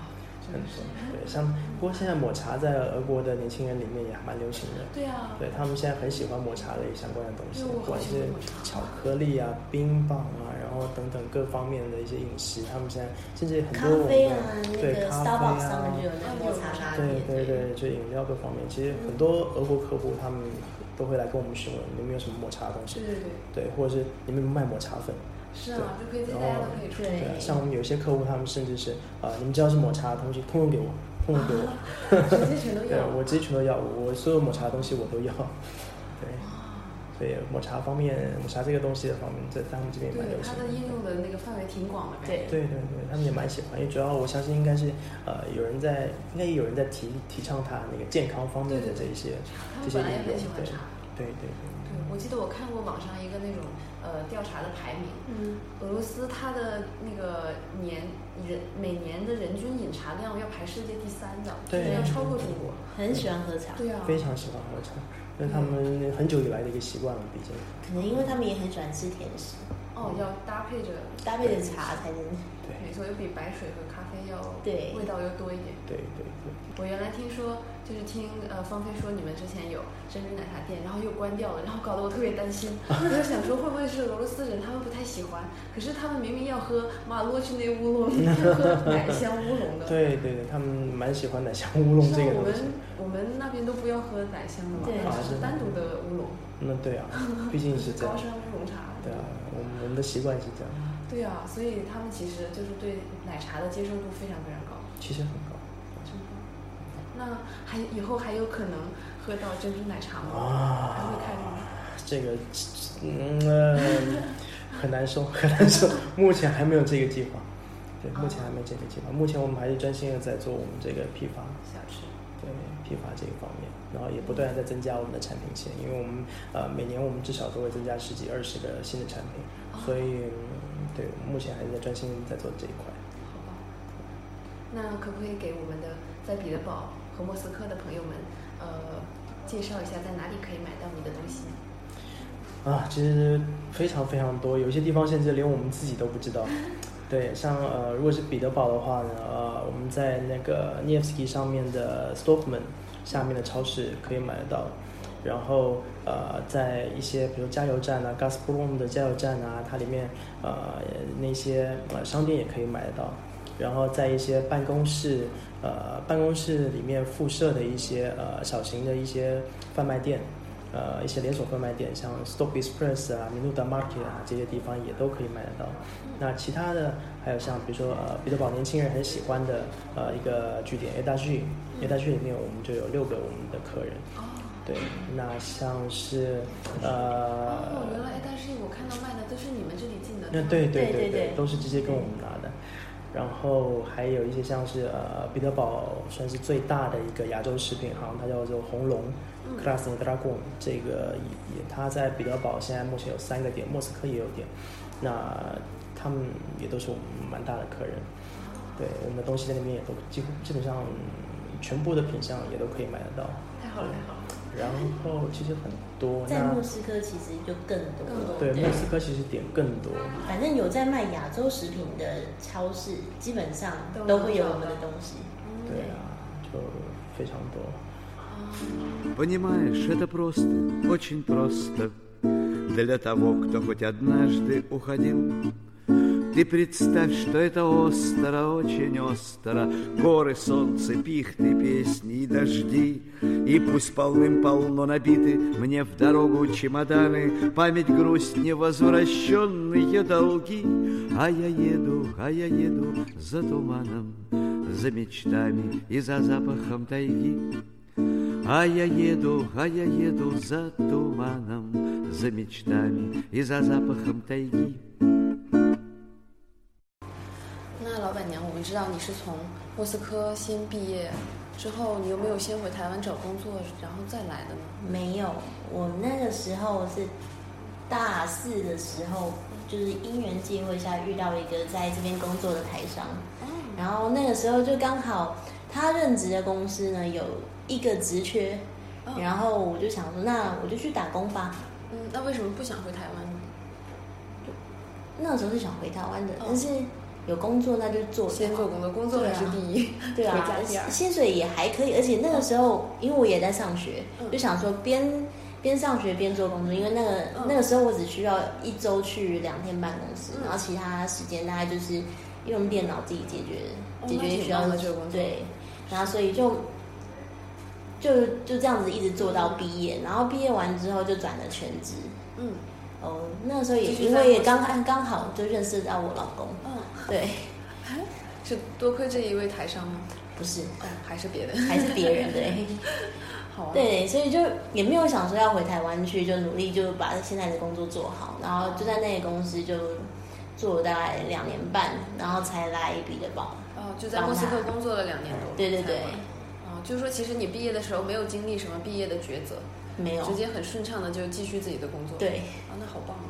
Speaker 3: 很多。对，像不过现在抹茶在俄国的年轻人里面也还蛮流行 的。
Speaker 2: 对啊，
Speaker 3: 对他们现在很喜欢抹茶类相关的东西，
Speaker 2: 对我
Speaker 3: 不管
Speaker 2: 好喜
Speaker 3: 是
Speaker 2: 欢抹茶
Speaker 3: 巧克力啊、冰棒啊，然后等等各方面的一些饮食，他们现在甚至很
Speaker 4: 咖
Speaker 3: 多我们
Speaker 4: 啡啊，
Speaker 3: 的
Speaker 4: 那
Speaker 3: 对
Speaker 4: 个
Speaker 3: 咖
Speaker 4: Starbucks
Speaker 3: 啡
Speaker 4: 上面就有
Speaker 3: 啊，
Speaker 4: 那个抹茶拿
Speaker 3: 对对
Speaker 4: 铁，
Speaker 3: 对，就饮料各方面，其实
Speaker 4: 嗯
Speaker 3: 很多俄国客户他们都会来跟我们询问你们有什么抹茶的东西
Speaker 2: 对，对对，
Speaker 3: 对，或者是你们有没有卖抹茶粉，
Speaker 2: 是啊，就可以在大家都可以出。
Speaker 3: 对啊，
Speaker 4: 对，
Speaker 3: 像我们有一些客户，他们甚至是啊、呃你们知道是抹茶的东西，通通给我，通通给 我，
Speaker 2: 直接全都
Speaker 3: 对
Speaker 2: 要。
Speaker 3: 我自己全都要，我所有抹茶的东西我都要， 对，所以抹茶方面，抹茶这个东西的方面，在他们这边也蛮
Speaker 2: 对
Speaker 3: 流行
Speaker 2: 它
Speaker 3: 的
Speaker 2: 的。应用的那个范围挺广的，感觉
Speaker 3: 对
Speaker 4: 对
Speaker 3: 对对，他们也蛮喜欢，因为主要我相信应该是，呃，有人在，应该也有人在提提倡它那个健康方面的这一些
Speaker 2: 他们
Speaker 3: 这些
Speaker 2: 本来也
Speaker 3: 应用
Speaker 2: 很喜，欢
Speaker 3: 对
Speaker 2: 茶。
Speaker 3: 对对
Speaker 2: 对，
Speaker 3: 对，
Speaker 2: 我记得我看过网上一个那种呃调查的排名，
Speaker 4: 嗯，
Speaker 2: 俄罗斯它的那个年人每年的人均饮茶量要排世界第三的，就
Speaker 3: 对
Speaker 2: 是要超过中国。
Speaker 4: 很喜欢喝茶，
Speaker 2: 对嗯啊，
Speaker 3: 非常喜欢喝茶，因为他们很久以来的一个习惯了，毕竟。
Speaker 4: 可能因为他们也很喜欢吃甜食，
Speaker 2: 哦，要搭配着，
Speaker 4: 搭配着茶才能。
Speaker 3: 对
Speaker 2: 没错，要比白水和咖啡要
Speaker 4: 对
Speaker 2: 味道要多一点。
Speaker 3: 对对对，
Speaker 2: 我原来听说，就是听呃芳菲说你们之前有珍珠奶茶店，然后又关掉了，然后搞得我特别担 心，我就想说会不会是俄罗斯人他们不太喜欢，可是他们明明要喝马洛去那乌龙，要喝奶香乌龙的。
Speaker 3: 对对对，他们蛮喜欢奶香乌龙
Speaker 2: 像
Speaker 3: 这个
Speaker 2: 我
Speaker 3: 东
Speaker 2: 们
Speaker 3: 西。
Speaker 2: 我们那边都不要喝奶香的嘛，
Speaker 4: 对
Speaker 2: 但是单独的乌龙，
Speaker 3: 那对啊，毕竟是这样
Speaker 2: 高。山乌龙茶。
Speaker 3: 对啊，我们我们的习惯是这样，
Speaker 2: 对啊，所以他们其实就是对奶茶的接受度非常非常高。
Speaker 3: 其实很高。
Speaker 2: 真的那还以后还有可能喝到珍珠奶茶吗？还
Speaker 3: 啊
Speaker 2: 会开吗？
Speaker 3: 这个，嗯，呃很难说，很难说。目前还没有这个计划，对，目前还没有这个计划。目前我们还是专心的在做我们这个批发，
Speaker 2: 小吃。
Speaker 3: 对批发这一方面，然后也不断的在增加我们的产品线，因为我们呃每年我们至少都会增加十几二十个新的产品，所以、嗯对，目前还是在专心在做这一块。
Speaker 2: 好吧，那可不可以给我们的在彼得堡和莫斯科的朋友们，呃，介绍一下在哪里可以买到你的东西？
Speaker 3: 啊，其实非常非常多，有些地方甚至连我们自己都不知道。对，像呃，如果是彼得堡的话呢，呃，我们在那个 Nevsky 上面的 Stockman 下面的超市可以买得到。然后呃，在一些比如加油站啊 g a s p r o m 的加油站啊，它里面呃那些呃商店也可以买得到。然后在一些办公室，呃，办公室里面附设的一些呃小型的一些贩卖店，呃，一些连锁贩卖店，像 Stop Express 啊、Minuta Market 啊这些地方也都可以买得到。那其他的还有像比如说呃彼得堡年轻人很喜欢的呃一个据点 A 大剧，A 大剧里面我们就有六个我们的客人。对，那像是
Speaker 2: 哦，原
Speaker 3: 呃，
Speaker 2: 来，但是我看到卖的都是你们这里进的。
Speaker 3: 那对对对
Speaker 4: 对对
Speaker 3: 都是直接跟我们拿的。然后还有一些像是呃，彼得堡算是最大的一个亚洲食品行，它叫做红龙 c r a s n d r a g o n 这个也它在彼得堡现在目前有三个点，莫斯科也有点。那他们也都是我们蛮大的客人，对我们的东西在那边也都几乎基本上嗯全部的品相也都可以买得到。
Speaker 2: 太好了，太好了。
Speaker 3: 然后其实很多，
Speaker 4: 在
Speaker 3: 那
Speaker 4: 莫斯科其实就更多
Speaker 2: 更多
Speaker 4: 了，
Speaker 3: 对，莫斯科其实点更多。
Speaker 4: 反正有在卖亚洲食品的超市，基本上
Speaker 2: 都
Speaker 4: 都会有我
Speaker 2: 能
Speaker 4: 们的
Speaker 2: 找到
Speaker 4: 东西。
Speaker 3: 对啊，就非常多。
Speaker 1: Понимаешь, это просто, очень просто Для того, кто хоть однажды уходил Ты представь, что это остро, очень остро Горы, солнце, пихты, песни и дожди И пусть полным-полно набиты мне в дорогу чемоданы Память, грусть, невозвращенные долги А я еду, а я еду за туманом За мечтами и за запахом тайги а я еду, а я еду за туманом, за мечтами и за запахом тайги.
Speaker 2: 嗯那老板娘，我们知道你是从莫斯科先毕业，之后你有没有先回台湾找工作，然后再来的呢？
Speaker 4: 没有，我那个时候是大四的时候，就是因缘际会下遇到一个在这边工作的台商，然后那个时候就刚好他任职的公司呢有一个职缺，
Speaker 5: 嗯
Speaker 4: 然后我就想说，那我就去打工吧。
Speaker 2: 嗯，那为什么不想回台湾呢？
Speaker 4: 那时候是想回台湾的，但是有工作那就做就好，
Speaker 5: 嗯先做工作，工作还是第一，
Speaker 4: 对啊
Speaker 5: 回家第二，。
Speaker 4: 薪水也还可以，而且那个时候
Speaker 2: 嗯
Speaker 4: 因为我也在上学，就想说边边上学边做工作，因为那个、
Speaker 2: 嗯
Speaker 4: 那个时候我只需要一周去两天办公室，
Speaker 2: 嗯
Speaker 4: 然后其他时间大概就是用电脑自己解
Speaker 2: 哦
Speaker 4: 决解决
Speaker 2: 那挺
Speaker 4: 需要
Speaker 2: 棒的这个工作
Speaker 4: 对，然后所以就。就就这样子一直做到毕业，然后毕业完之后就转了全职。
Speaker 2: 嗯
Speaker 4: 哦，那个时候也
Speaker 2: 继续
Speaker 4: 因
Speaker 2: 在
Speaker 4: 为也
Speaker 2: 公司
Speaker 4: 刚刚刚好就认识到我老公，
Speaker 2: 嗯，
Speaker 4: 对，
Speaker 2: 是多亏这一位台商吗？
Speaker 4: 不是
Speaker 2: 哦，还是别的？
Speaker 4: 还是别人对。
Speaker 2: 好啊。
Speaker 4: 对，所以就也没有想说要回台湾去，就努力就把现在的工作做好，然后就在那个公司就做了大概两年半，然后才来彼得堡。
Speaker 2: 哦，就在莫斯科工作了两年多。
Speaker 4: 对对对
Speaker 2: 才回来。哦，就是说，其实你毕业的时候没有经历什么毕业的抉择，
Speaker 4: 没有
Speaker 2: 直，接很顺畅的就继续自己的工作。
Speaker 4: 对，
Speaker 2: 啊，那好棒啊！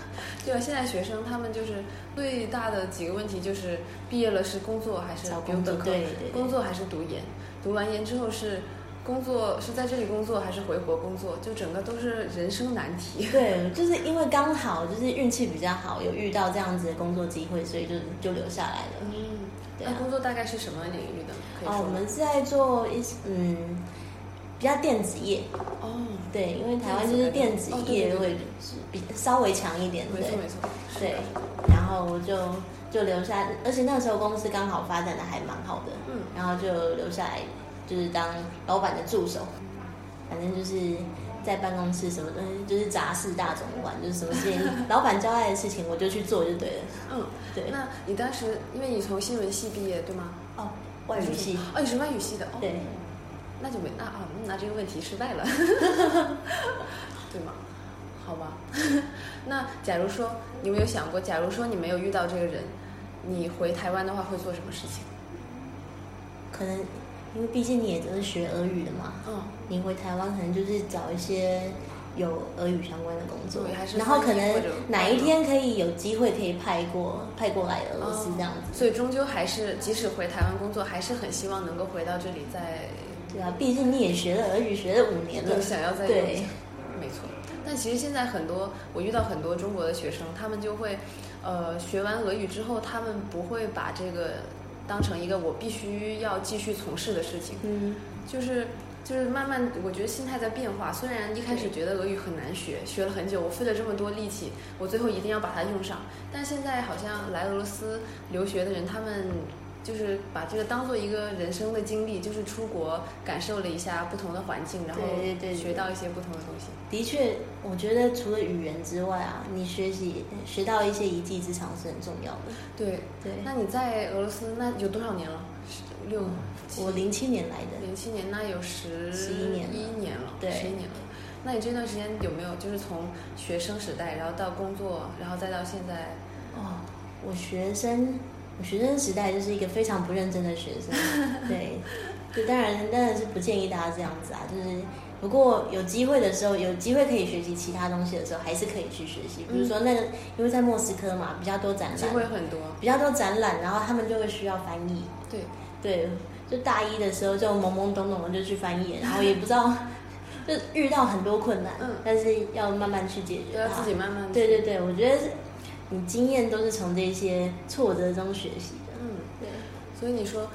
Speaker 2: 对啊，现在学生他们就是最大的几个问题就是毕业了是工作还是
Speaker 4: 找
Speaker 2: 比如
Speaker 4: 工作，
Speaker 2: 本科
Speaker 4: 对对
Speaker 2: 工
Speaker 4: 对，
Speaker 2: 作还是读研，读完研之后是工作是在这里工作还是回国工作，就整个都是人生难 题。
Speaker 4: 对，就是因为刚好就是运气比较好，有遇到这样子的工作机会，所以就就留下来了。
Speaker 2: 嗯，
Speaker 4: 对
Speaker 2: 那
Speaker 4: 啊，
Speaker 2: 工作大概是什么领域的？可以
Speaker 4: 哦，
Speaker 2: 说
Speaker 4: 我
Speaker 2: 吗
Speaker 4: 们是在做一些嗯比较电子业，
Speaker 2: 哦，
Speaker 4: 对，因为台湾就是电子
Speaker 2: 哦对对
Speaker 4: 业
Speaker 2: 对
Speaker 4: 会比稍微强一点，
Speaker 2: 没
Speaker 4: 对
Speaker 2: 错。没错，是
Speaker 4: 对
Speaker 2: 的，
Speaker 4: 然后我就就留下，而且那时候公司刚好发展的还蛮好的，
Speaker 2: 嗯，
Speaker 4: 然后就留下来就是当老板的助手，反正就是在办公室什么东西就是杂事大总管，就是什么事情老板交代的事情我就去做就对了，
Speaker 2: 嗯，
Speaker 4: 对，
Speaker 2: 那你当时因为你从新闻系毕业对吗？
Speaker 4: 哦，外语系，
Speaker 2: 哦，你是外语系的哦，
Speaker 4: 对，
Speaker 2: 那就没那啊，那这个问题失败了，对吗？好吧， 那假如说你有没有想过，假如说你没有遇到这个人，你回台湾的话会做什么事情？
Speaker 4: 可能因为毕竟你也都是学俄语的嘛，
Speaker 2: 嗯，
Speaker 4: 你回台湾可能就是找一些有俄语相关的工作
Speaker 2: 对还，是
Speaker 4: 然后可
Speaker 2: 翻译
Speaker 4: 能
Speaker 2: 或者
Speaker 4: 哪一天可以有机会可以派过派过来俄罗
Speaker 2: 哦
Speaker 4: 斯这样子。
Speaker 2: 所以终究还是，即使回台湾工作，还是很希望能够回到这里再，
Speaker 4: 对啊，毕竟你也学了俄语学了五年了，
Speaker 2: 对想要再用一
Speaker 4: 对
Speaker 2: 下，没错。但其实现在很多，我遇到很多中国的学生，他们就会，呃，学完俄语之后，他们不会把这个当成一个我必须要继续从事的事情，
Speaker 4: 嗯，
Speaker 2: 就是就是慢慢，我觉得心态在变化。虽然一开始觉得俄语很难学，学了很久，我费了这么多力气，我最后一定要把它用上。但现在好像来俄罗斯留学的人，他们就是把这个当做一个人生的经历，就是出国感受了一下不同的环境，然后
Speaker 4: 对对对对
Speaker 2: 学到一些不同的东西。
Speaker 4: 的确，我觉得除了语言之外啊，你学习学到一些一技之长是很重要的。
Speaker 2: 对，
Speaker 4: 对，
Speaker 2: 那你在俄罗斯那有多少年了？十六，
Speaker 4: 我零七年来的，
Speaker 2: 零七年，那有十
Speaker 4: 11年了
Speaker 2: 一年了，
Speaker 4: 对
Speaker 2: 十一年了。那你这段时间有没有就是从学生时代，然后到工作，然后再到现在？
Speaker 4: 哦，我学生，我学生时代就是一个非常不认真的学生，对，就当然当然是不建议大家这样子啊，就是如果有机会的时候，有机会可以学习其他东西的时候，还是可以去学习，比如说那个，因为在莫斯科嘛，比较多展
Speaker 2: 嗯机会
Speaker 4: 览，
Speaker 2: 很多，
Speaker 4: 比较多展览，然后他们就会需要翻译，
Speaker 2: 对，
Speaker 4: 对，就大一的时候就懵懵懂懂的就去翻译，然后也不知道， 就遇到很多困难，
Speaker 2: 嗯
Speaker 4: 但是要慢慢去解
Speaker 2: 都
Speaker 4: 决
Speaker 2: 要
Speaker 4: 它。
Speaker 2: 自己慢慢。
Speaker 4: 对对，对，我觉得是你经验都是从这些挫折中学习的。
Speaker 2: 嗯，
Speaker 4: 对，
Speaker 2: 所以你说，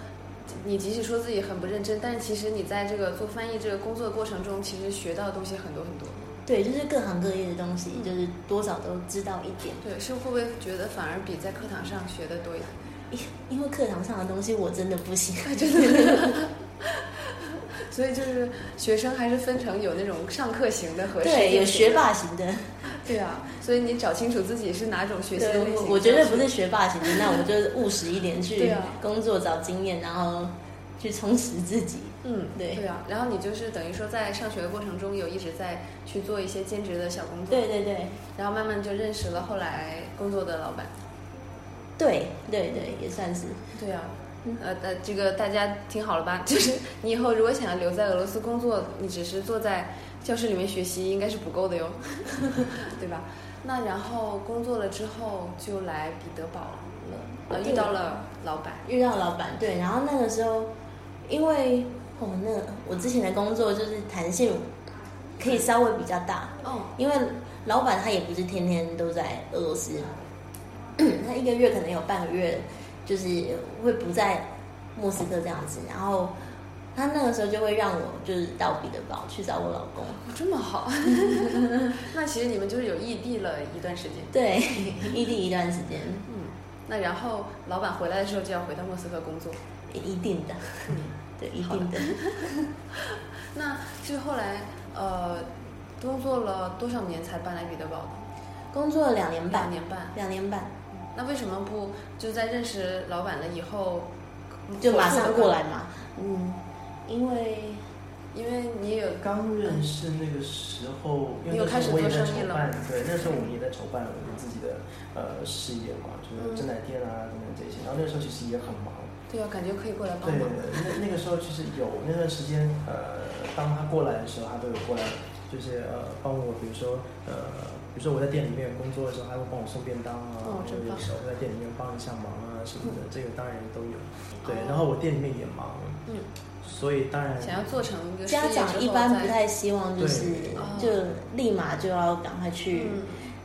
Speaker 2: 你即使说自己很不认真，但是其实你在这个做翻译这个工作的过程中，其实学到的东西很多很多。
Speaker 4: 对，就是各行各业的东西，就是多少都知道一点。
Speaker 2: 对，是会不会觉得反而比在课堂上学的 多一 点？
Speaker 4: 因因为课堂上的东西我真的不 行，
Speaker 2: 所以就是学生还是分成有那种上课型的和实
Speaker 4: 对，有
Speaker 2: 践型
Speaker 4: 学
Speaker 2: 的。
Speaker 4: 霸型的，
Speaker 2: 对啊，所以你找清楚自己是哪种学习的类
Speaker 4: 对，我
Speaker 2: 型。
Speaker 4: 我绝对不是学霸型 的，那我就务实一点
Speaker 2: 对
Speaker 4: 去
Speaker 2: 啊
Speaker 4: 工作找经验，然后去充实自己。
Speaker 2: 嗯，
Speaker 4: 对
Speaker 2: 对啊。然后你就是等于说在上学的过程中有一直在去做一些兼职的小工作，
Speaker 4: 对对对。
Speaker 2: 然后慢慢就认识了后来工作的老板。
Speaker 4: 对对对，嗯也算是。
Speaker 2: 对啊，呃呃，这个大家听好了吧？ 就是你以后如果想要留在俄罗斯工作，你只是坐在教室里面学习，应该是不够的哟， 对吧？那然后工作了之后就来彼得堡了，呃，遇到了老板，
Speaker 4: 遇到老板，对，然后那个时候，因为我、哦、那个我之前的工作就是弹性可以稍微比较大，
Speaker 2: 哦，
Speaker 4: 因为老板他也不是天天都在俄罗斯， 他一个月可能有半个月就是会不在莫斯科这样子，然后他那个时候就会让我就是到彼得堡去找我老公，
Speaker 2: 哦这么 好，那其实你们就是有异地了一段时间。
Speaker 4: 对， 异地一段时间，
Speaker 2: 嗯，那然后老板回来的时候就要回到莫斯科工作。
Speaker 4: 一定的，对，一定的。
Speaker 2: 那是后来呃，工作了多少年才搬来彼得堡的？
Speaker 4: 工作了两年半，
Speaker 2: 两年半。
Speaker 4: 两年半
Speaker 2: 那为什么不就在认识老板了以后嗯
Speaker 4: 就马上过来？嘛，嗯，因为
Speaker 2: 因为你有
Speaker 3: 刚认识那个时候，因为
Speaker 2: 你有
Speaker 3: 那时候我也
Speaker 2: 开始
Speaker 3: 在筹
Speaker 2: 做生意了
Speaker 3: 办
Speaker 2: 吗，
Speaker 3: 对，那时候我们也在筹办我们自己的呃事业嘛，
Speaker 2: 嗯
Speaker 3: 就是正奶店啊等等这些。然后那时候其实也很忙，
Speaker 2: 对啊，感觉可以过来帮
Speaker 3: 对，
Speaker 2: 忙。
Speaker 3: 那那个时候其实有那段时间，呃，当他过来的时候，他都有过来，就是呃帮我，比如说呃，比如说我在店里面工作的时候，他会帮我送便当啊，
Speaker 2: 哦
Speaker 3: 或者
Speaker 2: 真
Speaker 3: 有
Speaker 2: 棒嗯
Speaker 3: 时候在店里面帮一下忙啊什么的，这个当然都有。对
Speaker 2: 哦，
Speaker 3: 然后我店里面也忙，
Speaker 2: 嗯，
Speaker 3: 所以当然
Speaker 2: 想要做成一个事业
Speaker 4: 家
Speaker 2: 之后
Speaker 4: 长一般不
Speaker 2: 再
Speaker 4: 太希望，就是
Speaker 3: 对
Speaker 2: 哦
Speaker 4: 就立马就要赶快去、
Speaker 2: 嗯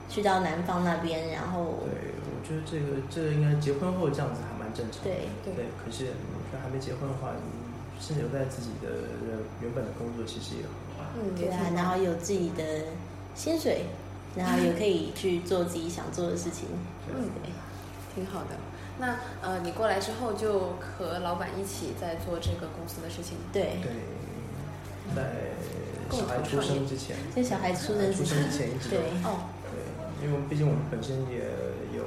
Speaker 4: 去到南方那边，然后
Speaker 3: 对，我觉得这个这个应该结婚后这样子还蛮正常的。
Speaker 4: 对
Speaker 2: 对
Speaker 3: 可是你看还没结婚的话，你是留在自己的呃原本的工作，其实也很好。
Speaker 2: 嗯
Speaker 4: 对啊，然后有自己的薪水，然后也可以去做自己想做的事情。
Speaker 2: 嗯
Speaker 4: 对，
Speaker 2: 挺好的。那呃，你过来之后就和老板一起在做这个公司的事情吗。
Speaker 4: 对，
Speaker 3: 对，在小孩出生之前，
Speaker 4: 在小孩出生
Speaker 3: 出
Speaker 4: 之
Speaker 3: 生
Speaker 4: 前
Speaker 3: 之，前一直都
Speaker 4: 对
Speaker 2: 哦，
Speaker 3: 对，因为我们毕竟我们本身也有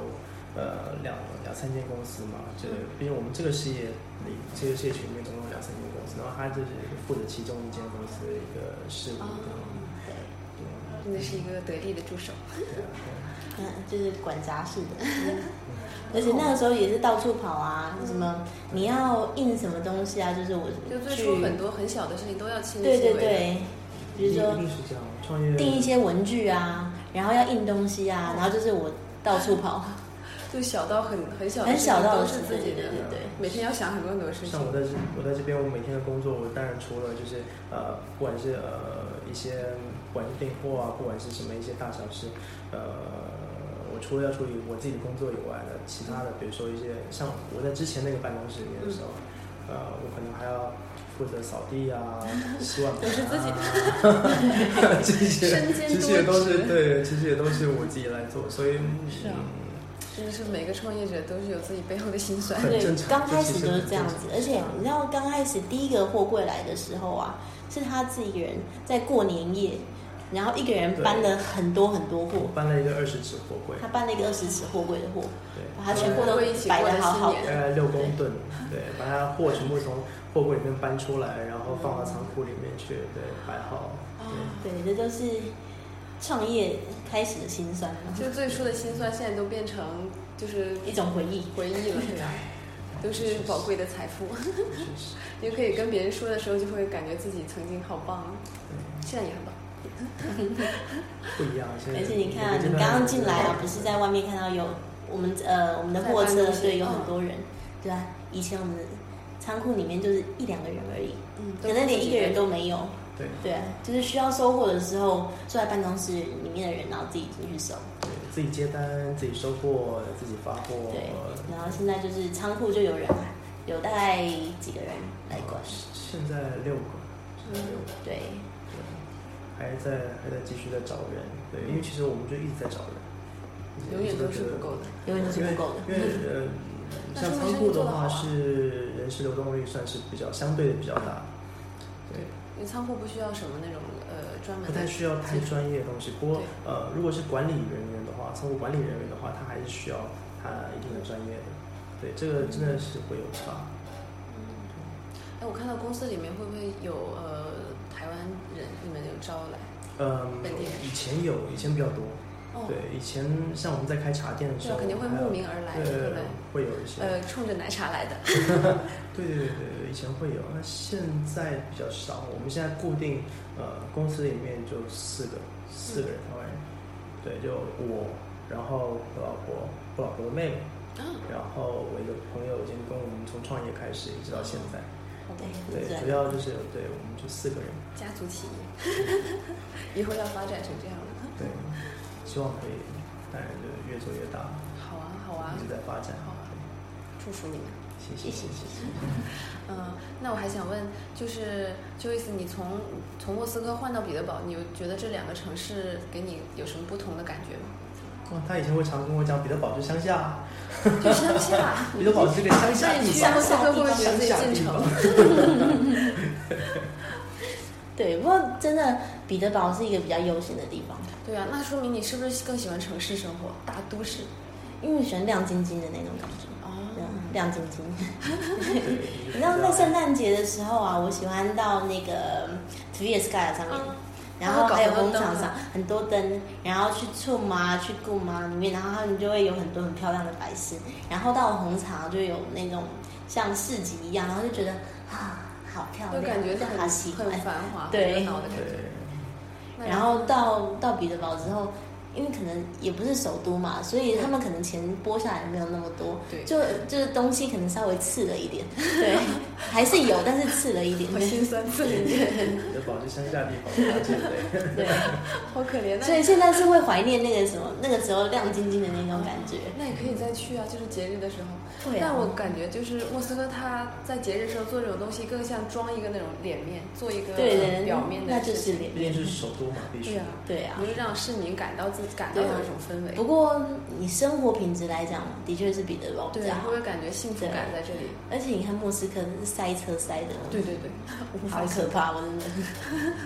Speaker 3: 呃两两三间公司嘛，就是
Speaker 4: 嗯
Speaker 3: 毕竟我们这个事业里这个事业群里面总共有两三间公司，然后他就是负责其中一间公司的一个事
Speaker 4: 哦
Speaker 3: 务的，
Speaker 4: 对，
Speaker 3: 对
Speaker 2: 真的是一个得力的助手。
Speaker 3: 对啊对啊。
Speaker 4: 嗯，就是管杂事的。
Speaker 3: 嗯
Speaker 4: 而且那个时候也是到处跑啊，什么你要印什么东西啊，就是我
Speaker 2: 嗯就最
Speaker 4: 去
Speaker 2: 初很多很小的事情都要亲力
Speaker 4: 对
Speaker 2: 亲为
Speaker 4: 对
Speaker 2: 的。
Speaker 4: 对，比如说
Speaker 3: 一定是这样，创业
Speaker 4: 订一些文具啊，然后要印东西
Speaker 3: 嗯
Speaker 4: 啊，然后就是我到处跑，
Speaker 2: 就小到很很小的
Speaker 4: 很
Speaker 2: 事情
Speaker 4: 小到
Speaker 2: 都
Speaker 4: 的
Speaker 2: 是
Speaker 4: 事
Speaker 2: 自己
Speaker 4: 对
Speaker 2: 的
Speaker 4: 对，对
Speaker 2: 每天要想很多很多事情
Speaker 3: 像。我在这我在这边，我每天的工作，我当然除了就是呃，不管是呃一些不管是订货啊，不管是什么一些大小事，呃，我除了要处理我自己的工作以外呢，其他的比如说一些像我在之前那个办公室里面的时候，
Speaker 2: 嗯
Speaker 3: 呃，我可能还要负责扫地啊、洗碗盘啊，
Speaker 2: 是自己
Speaker 3: 这些
Speaker 2: 身兼
Speaker 3: 其实也
Speaker 2: 多
Speaker 3: 都
Speaker 2: 职
Speaker 3: 是对，其实也都是我自己来做，所以
Speaker 2: 是啊
Speaker 3: 嗯
Speaker 2: 真的是每个创业者都是有自己背后的辛 酸。
Speaker 3: 很
Speaker 4: 对
Speaker 3: 正，常
Speaker 4: 刚
Speaker 3: 这
Speaker 4: 开
Speaker 3: 其实
Speaker 4: 始就是
Speaker 3: 很
Speaker 4: 这样
Speaker 3: 正
Speaker 4: 子，
Speaker 3: 常
Speaker 4: 而且你知道刚开始第一个货柜来的时候啊，是他自己一个人在过年夜，然后一个人
Speaker 3: 对
Speaker 4: 搬了很多很多货
Speaker 3: 我，搬了一个二十尺货柜，
Speaker 4: 他搬了一个二十尺货柜的货，
Speaker 3: 对，
Speaker 4: 把它全部都
Speaker 2: 会一起
Speaker 4: 摆
Speaker 2: 过
Speaker 4: 的
Speaker 2: 了
Speaker 4: 好好
Speaker 2: 新
Speaker 3: 大
Speaker 4: 的，
Speaker 2: 年
Speaker 3: 概六公吨，对，把它货全部从货柜里面搬出来，然后放到仓库里面去，对，摆好。
Speaker 4: 哦
Speaker 3: 对，
Speaker 4: 对，这就是创业开始的辛酸嘛，
Speaker 2: 就最初的辛酸，现在都变成就是
Speaker 4: 一种回忆。
Speaker 2: 回忆了，对吧？都是宝贵的财 富。
Speaker 3: 确实，
Speaker 2: 也可以跟别人说的时候，就会感觉自己曾经好棒，现在也很棒。
Speaker 3: 不一样。现在
Speaker 4: 而且你看啊，你刚刚进来啊，不是在外面看到有我们呃我们的货
Speaker 2: 在搬
Speaker 4: 车
Speaker 2: 东，西
Speaker 4: 对，有
Speaker 2: 嗯
Speaker 4: 很多人，对啊，以前我们的仓库里面就是一两个人而已，
Speaker 2: 嗯，
Speaker 4: 可能连一个人都没有。
Speaker 3: 对
Speaker 4: 对啊，就是需要收货的时候，坐在办公室里面的人，然后自己进去收。
Speaker 3: 对自己接单，自己收货，自己发货，
Speaker 4: 对，然后现在就是仓库就有人，啊有大概几个人来管。
Speaker 3: 现在六个，现在六个，
Speaker 4: 对，
Speaker 3: 对，还在还在继续在找人，对，因为其实我们就一直在找人，
Speaker 2: 永远都是不够的。
Speaker 4: 永远都是不够
Speaker 3: 因
Speaker 4: 的。
Speaker 3: 为 呃，像仓库的话
Speaker 4: 啊
Speaker 3: 是人事流动率算是比较相对的比较大，对，
Speaker 2: 因为仓库不需要什么那种呃专门
Speaker 3: 不
Speaker 2: 的，
Speaker 3: 太需要太专业的东西。不过
Speaker 2: 对
Speaker 3: 呃，如果是管理人员的话，仓库管理人员的话，他还是需要他一定的专业的。对，这个真的是会有差。
Speaker 2: 哎，我看到公司里面会不会有呃台湾人，你们有招来？
Speaker 3: 嗯
Speaker 2: 本地人，
Speaker 3: 以前有，以前比较多。
Speaker 2: 哦，
Speaker 3: 对，以前像我们在开茶店的
Speaker 2: 对
Speaker 3: 时
Speaker 2: 啊
Speaker 3: 候，，
Speaker 2: 肯定会
Speaker 3: 还有
Speaker 2: 慕名而来，
Speaker 3: 对对
Speaker 2: 对
Speaker 3: 对
Speaker 2: 不对？
Speaker 3: 会有一些。
Speaker 2: 呃，冲着奶茶 来的，
Speaker 3: 对对对对，以前会有，那现在比较少。我们现在固定，呃，公司里面就四个，四个人
Speaker 2: 嗯
Speaker 3: 台湾人，对，就我，然后我老婆，我老婆的妹妹，
Speaker 2: 啊，
Speaker 3: 然后我一个朋友已经跟我们从创业开始一直到现在，
Speaker 2: 好的，
Speaker 3: 对
Speaker 4: 对，对，
Speaker 3: 主要就是对我们就四个人，
Speaker 2: 家族企业， 以后要发展成这样了。
Speaker 3: 对，希望可以，当然就越做越大。
Speaker 2: 好啊，好好玩
Speaker 3: 一，直在发展。
Speaker 2: 好玩，啊祝福你们。
Speaker 3: 谢谢谢谢。
Speaker 2: 嗯，那我还想问，就是 Joyce，你从从莫斯科换到彼得堡，你有觉得这两个城市给你有什么不同的感觉吗？
Speaker 3: 哇，他以前会常跟我讲彼得堡是 乡下，
Speaker 2: 就乡下，
Speaker 3: 彼得堡是个乡下
Speaker 2: 那
Speaker 3: 地
Speaker 2: 你去
Speaker 3: 方，
Speaker 2: 莫斯科会不会觉得自己进城？
Speaker 4: 对，不过真的彼得堡是一个比较悠闲的地方，
Speaker 2: 对啊，那说明你是不是更喜欢城市生活、大都市？
Speaker 4: 因为喜欢亮晶晶的那种感觉。对
Speaker 2: 哦，
Speaker 4: 啊亮晶晶。
Speaker 3: 你
Speaker 4: 你知道在圣诞节的时候啊，我喜欢到那个 t v s k y 上面。
Speaker 2: 嗯
Speaker 4: 然后还有
Speaker 2: 它会搞很多
Speaker 4: 工
Speaker 2: 灯
Speaker 4: 厂上很多灯，然后去醋嘛、去顾嘛里面，然后他们就会有很多很漂亮的摆饰。然后到了红茶就有那种像市集一样，然后就觉得啊，好漂
Speaker 2: 就
Speaker 4: 亮，
Speaker 2: 感觉
Speaker 4: 好
Speaker 2: 很
Speaker 4: 喜欢
Speaker 2: 很。繁华、很
Speaker 4: 对
Speaker 2: 热闹的感觉。
Speaker 3: 对。
Speaker 2: 那
Speaker 4: 然后到到彼得堡之后，因为可能也不是首都嘛，所以他们可能钱拨下来没有那么多，
Speaker 2: 对
Speaker 4: 就就是东西可能稍微次了一点，对， 还是有，但是次了一点，
Speaker 2: 好心酸，自己
Speaker 3: 彼得堡是乡下地方，而且对，
Speaker 4: 对，
Speaker 2: 好可怜。那
Speaker 4: 所以现在是会怀念那个什么，那个时候亮晶晶的那种感觉，
Speaker 2: 那也可以再去啊，就是节日的时候。
Speaker 4: 对啊
Speaker 2: 但我感觉就是莫斯科，它在节日的时候做这种东西，更像装一个那种脸面，做一个
Speaker 4: 对对，
Speaker 2: 表面的
Speaker 4: 那就
Speaker 2: 事情
Speaker 4: 是脸
Speaker 3: 毕竟是首都嘛，必须
Speaker 2: 对啊，
Speaker 4: 对啊
Speaker 2: 不。是让市民感到自感到
Speaker 4: 对
Speaker 2: 的那种氛围。
Speaker 4: 不过你生活品质来讲，的确是彼得堡比
Speaker 2: 对
Speaker 4: 较
Speaker 2: 啊，
Speaker 4: 好
Speaker 2: 会，会感觉幸福感在这里。
Speaker 4: 而且你看莫斯科塞车塞的，
Speaker 2: 对对对，无法
Speaker 4: 好
Speaker 2: 想
Speaker 4: 可怕，我真的。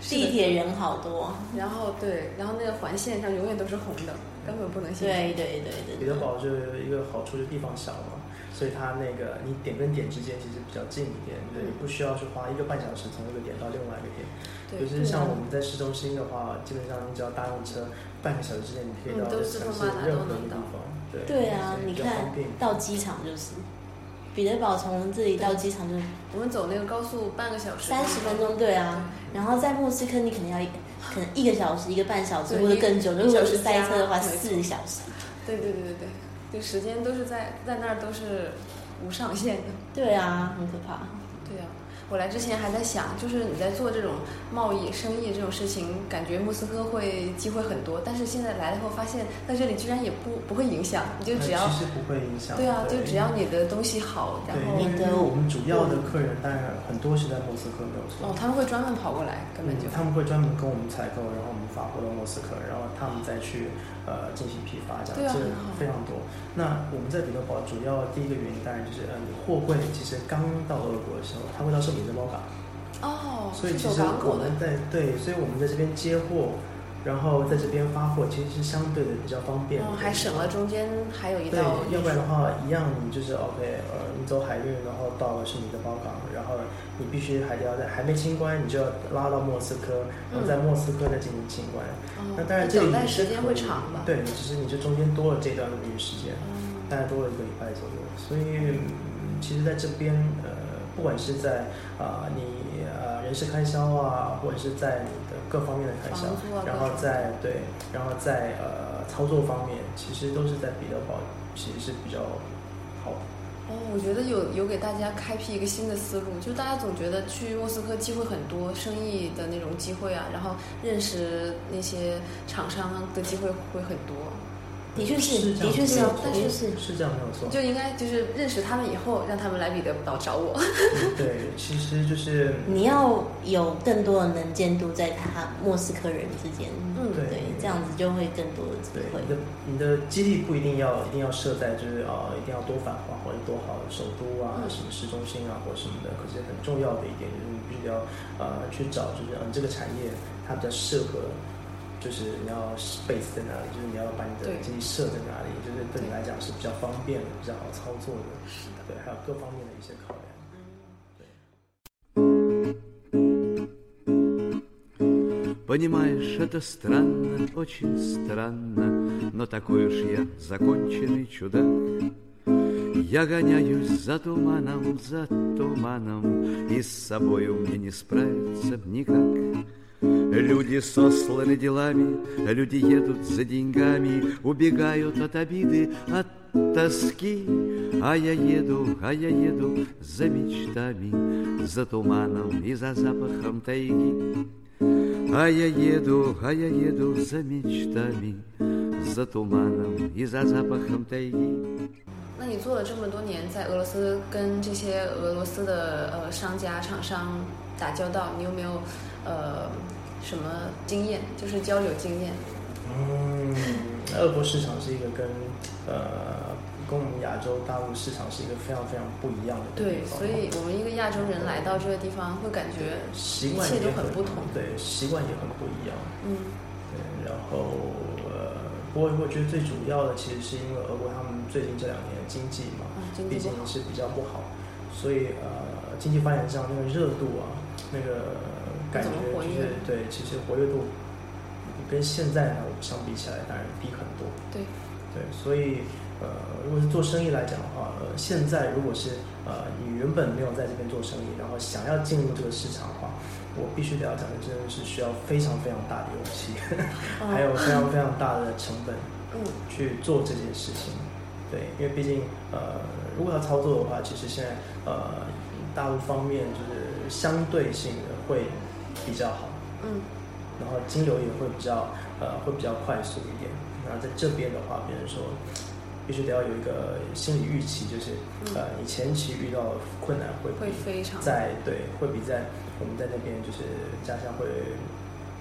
Speaker 2: 是的
Speaker 4: 地铁人好多，
Speaker 2: 然后对，然后那个环线上永远都是红灯，根本不能行。
Speaker 4: 对对对
Speaker 3: 彼
Speaker 4: 对
Speaker 3: 得
Speaker 4: 对，
Speaker 3: 堡就是一个好处，就是地方小嘛，所以它那个你点跟点之间其实比较近一点，
Speaker 2: 嗯
Speaker 3: 对，不需要去花一个半小时从一个点到另外一个点。
Speaker 2: 对啊
Speaker 3: 就是像我们在市中心的话，基本上你只要搭公车，半个小时之内你可以到
Speaker 2: 嗯
Speaker 3: 这
Speaker 2: 都
Speaker 3: 个
Speaker 2: 是
Speaker 3: 城市
Speaker 2: 慢慢
Speaker 3: 任
Speaker 2: 都
Speaker 3: 何
Speaker 2: 能
Speaker 3: 一个地
Speaker 2: 到
Speaker 3: 方。对
Speaker 4: 对啊！
Speaker 3: 所以
Speaker 4: 你
Speaker 3: 比较方
Speaker 4: 看
Speaker 3: 便。
Speaker 4: 到机场就是，彼得堡从这里到机场就
Speaker 2: 我们走那个高速半个小时，
Speaker 4: 三十分钟，对啊。然后在莫斯科，你可能要一可能一个小时、一个半小时
Speaker 2: 对
Speaker 4: 或者更久，
Speaker 2: 一
Speaker 4: 如果
Speaker 2: 一小
Speaker 4: 是
Speaker 2: 时
Speaker 4: 塞
Speaker 2: 加
Speaker 4: 车的话，
Speaker 2: 对
Speaker 4: 四小时。
Speaker 2: 对对对对对，就时间都是在在那儿都是无上限的。
Speaker 4: 对啊，很可怕。
Speaker 2: 对啊，我来之前还在想，就是你在做这种贸易、生意这种事情，感觉莫斯科会机会很多，但是现在来了以后发现，在这里居然也不不会影响，你就只要
Speaker 3: 呃其实不会影响。
Speaker 2: 对啊，就只要你的东西好，然
Speaker 3: 对，
Speaker 2: 后
Speaker 3: 因为因为我们主要的客人当然很多是在莫斯科，没有错。
Speaker 2: 哦，他们会专门跑过来，根本就
Speaker 3: 嗯、他们会专门跟我们采购，然后我们发货到莫斯科，然后他们再去呃进行批发，这
Speaker 2: 对啊
Speaker 3: 样这
Speaker 2: 很好
Speaker 3: 非常多。那我们在彼得堡主要第一个原因当然就是，呃，你货柜其实刚到俄国的时候，它会到圣彼得堡港，
Speaker 2: 哦，
Speaker 3: 所以
Speaker 2: 是
Speaker 3: 其
Speaker 2: 走
Speaker 3: 实
Speaker 2: 港
Speaker 3: 我
Speaker 2: 口的
Speaker 3: 们，在对，所以我们在这边接货，然后在这边发货，其实是相对的比较方便
Speaker 2: 然后
Speaker 3: 的
Speaker 2: 哦还省了中间还有一
Speaker 3: 对，
Speaker 2: 道
Speaker 3: 要不然的话，一样你就是 OK，呃，你走海运，然后到了是你的包港，然后你必须还得要在还没清关，你就要拉到莫斯科，然后在莫斯科再进行清关。
Speaker 2: 嗯哦
Speaker 3: 那当然
Speaker 2: 那
Speaker 3: 这个
Speaker 2: 等待
Speaker 3: 也是
Speaker 2: 时间
Speaker 3: 可
Speaker 2: 会
Speaker 3: 以
Speaker 2: 长吧
Speaker 3: 对，只是你就中间多了这段旅行时间，
Speaker 2: 嗯
Speaker 3: 大概多了一个礼拜左右。所以、嗯其实在这边，呃，不管是在啊、你呃人事开销啊，或者是在你的各方面的开销
Speaker 2: 房租啊，
Speaker 3: 然
Speaker 2: 各
Speaker 3: 后
Speaker 2: 种
Speaker 3: 在对，然后在呃操作方面，其实都是在彼得堡其实是比较好的。
Speaker 2: 哦，我觉得有有给大家开辟一个新的思路，就是大家总觉得去莫斯科机会很多，生意的那种机会啊，然后认识那些厂商的机会会很多，
Speaker 4: 的确
Speaker 3: 是
Speaker 4: 是，
Speaker 3: 这样
Speaker 4: 的确
Speaker 3: 子
Speaker 4: 是，
Speaker 3: 对
Speaker 2: 啊
Speaker 4: 的
Speaker 2: 但
Speaker 4: 确
Speaker 2: 是
Speaker 4: 是。
Speaker 3: 是这样没有错
Speaker 2: 就。应该就是认识他们以后，让他们来彼得堡找我。
Speaker 3: 对，其实 就是
Speaker 4: 你要有更多的能见度在他莫斯科人之间，
Speaker 2: 嗯
Speaker 4: 对，这样子就会更多的机
Speaker 3: 对
Speaker 4: 会
Speaker 3: 你。的你的基地不一定要一定要设在就是啊、呃一定要多繁华或者多好的首都啊、
Speaker 2: 嗯
Speaker 3: 什么市中心啊或者什么的，可是很重要的一点就是你必须要呃去找就是嗯、这个产业它比较适合。就是你要 space 在哪里，就是你要把你的
Speaker 2: 对
Speaker 3: 基地设在哪里，就是对你来讲是比较方便的、比较好操作的，对，还有各方面的一些考量。
Speaker 1: Понимаешь, это странно, очень странно, но такой уж я законченный чудак. Я гоняюсь за туманом, за туманом, и с собою мне не справиться б никак. Люди сосланы делами, люди едут за деньгами, убегают от обиды, от тоски. А я еду, а я еду за мечтами, за туманом и за запахом тайги. А я еду, а я еду за мечтами, за туманом и за запахом тайги.
Speaker 2: 那你做了这么多年，在俄罗斯跟这些俄罗斯的呃商家、厂商打交道，你有没有呃什么经验？就是交流经验？
Speaker 3: 嗯，俄国市场是一个跟
Speaker 2: 嗯
Speaker 3: 呃跟我们亚洲大陆市场是一个非常非常不一样的地
Speaker 2: 对，
Speaker 3: 方
Speaker 2: 所以我们一个亚洲人来到这个地方，会感觉
Speaker 3: 习
Speaker 2: 一
Speaker 3: 惯
Speaker 2: 切
Speaker 3: 也
Speaker 2: 都很不同。
Speaker 3: 对，习惯也很不一样。
Speaker 2: 嗯
Speaker 3: 对，然后呃，不过我觉得最主要的其实是因为俄国他们最近这两年经济嘛，
Speaker 2: 嗯经济
Speaker 3: 毕
Speaker 2: 不
Speaker 3: 竟
Speaker 2: 好
Speaker 3: 是比较不好，所以呃，经济发展上那个热度啊，那个感觉
Speaker 2: 怎么活
Speaker 3: 就
Speaker 2: 跃
Speaker 3: 是对，其实活跃度跟现在呢相比起来，当然低很多。
Speaker 2: 对，
Speaker 3: 对，所以呃，如果是做生意来讲的话，呃，现在如果是呃你原本没有在这边做生意，然后想要进入这个市场的话，我必须得要讲的，真的是需要非常非常大的勇气， 还有非常非常大的成本
Speaker 2: 嗯，
Speaker 3: 去做这件事情。对，因为毕竟呃，如果要操作的话，其实现在呃大陆方面就是相对性的会比较好。
Speaker 2: 嗯，
Speaker 3: 然后金流也会比较呃会比较快速一点。那在这边的话，别人说必须得要有一个心理预期，就是、呃你前期遇到的困难会
Speaker 2: 嗯会
Speaker 3: 比
Speaker 2: 非常
Speaker 3: 在对会比在我们在那边就是家乡会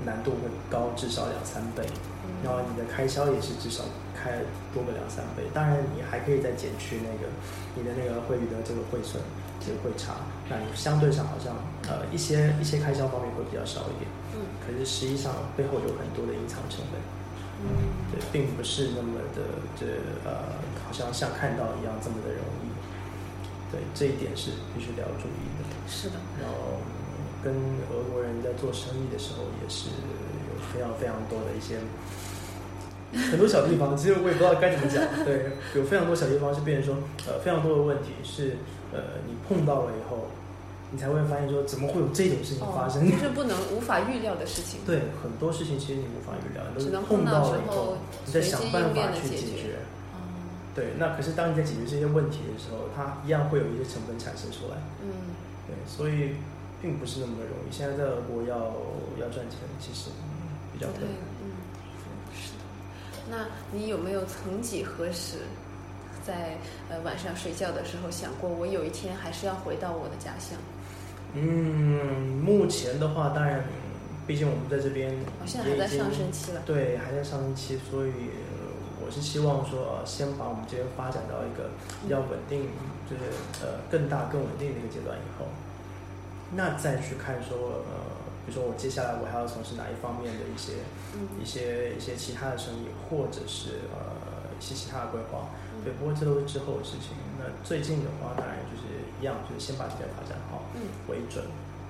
Speaker 3: 难度会高至少两三倍，
Speaker 2: 嗯
Speaker 3: 然后你的开销也是至少开多个两三倍。当然你还可以再减去那个你的那个汇率的这个汇损。这个汇差，那你相对上好像呃一些一些开销方面会比较少一点，
Speaker 2: 嗯
Speaker 3: 可是实际上背后有很多的隐藏成本，
Speaker 2: 嗯
Speaker 3: 对，并不是那么的这呃，好像像看到一样这么的容易，对，这一点是必须得要注意的。
Speaker 2: 是的，
Speaker 3: 然后嗯跟俄国人在做生意的时候，也是有非常非常多的一些 很多小地方，其实我也不知道该怎么讲。对，有非常多小地方是变成说，呃，非常多的问题是呃，你碰到了以后，你才会发现说，怎么会有这种事情发生？
Speaker 2: 哦、就是不能无法预料的事情。
Speaker 3: 对，很多事情其实你无法预料，
Speaker 2: 只
Speaker 3: 都是
Speaker 2: 能碰
Speaker 3: 碰
Speaker 2: 到
Speaker 3: 到
Speaker 2: 之
Speaker 3: 了以
Speaker 2: 后
Speaker 3: 后，你再
Speaker 2: 随
Speaker 3: 想
Speaker 2: 机应
Speaker 3: 办
Speaker 2: 变
Speaker 3: 法
Speaker 2: 地
Speaker 3: 去
Speaker 2: 解
Speaker 3: 解
Speaker 2: 决
Speaker 3: 决。
Speaker 2: 嗯
Speaker 3: 对，那可是当你在解决这些问题的时候，它一样会有一些成本产生出来。
Speaker 2: 嗯，
Speaker 3: 对，所以并不是那么容易。现在在俄国要要赚钱，其实嗯比较
Speaker 2: 不
Speaker 3: 困
Speaker 2: 太
Speaker 3: 难。
Speaker 2: 嗯是的。那你有没有曾几何时，在呃晚上睡觉的时候想过，我有一天还是要回到我的家乡？
Speaker 3: 嗯，目前的话，当然，毕竟我们在这边
Speaker 2: 我现在
Speaker 3: 也
Speaker 2: 还在
Speaker 3: 已经
Speaker 2: 上升期了。
Speaker 3: 对，还在上升期，所以呃我是希望说，呃先把我们这边发展到一个比较稳定，就是呃更大、更稳定的一个阶段以后，那再去看说，呃，比如说我接下来我还要从事哪一方面的一些、
Speaker 2: 嗯
Speaker 3: 一些、一些其他的生意，或者是呃一些其他的规划。
Speaker 2: 嗯
Speaker 3: 对，不过这都是之后的事情。那最近的话，当然就是一样，就是先把这边发展好
Speaker 2: 嗯
Speaker 3: 为准，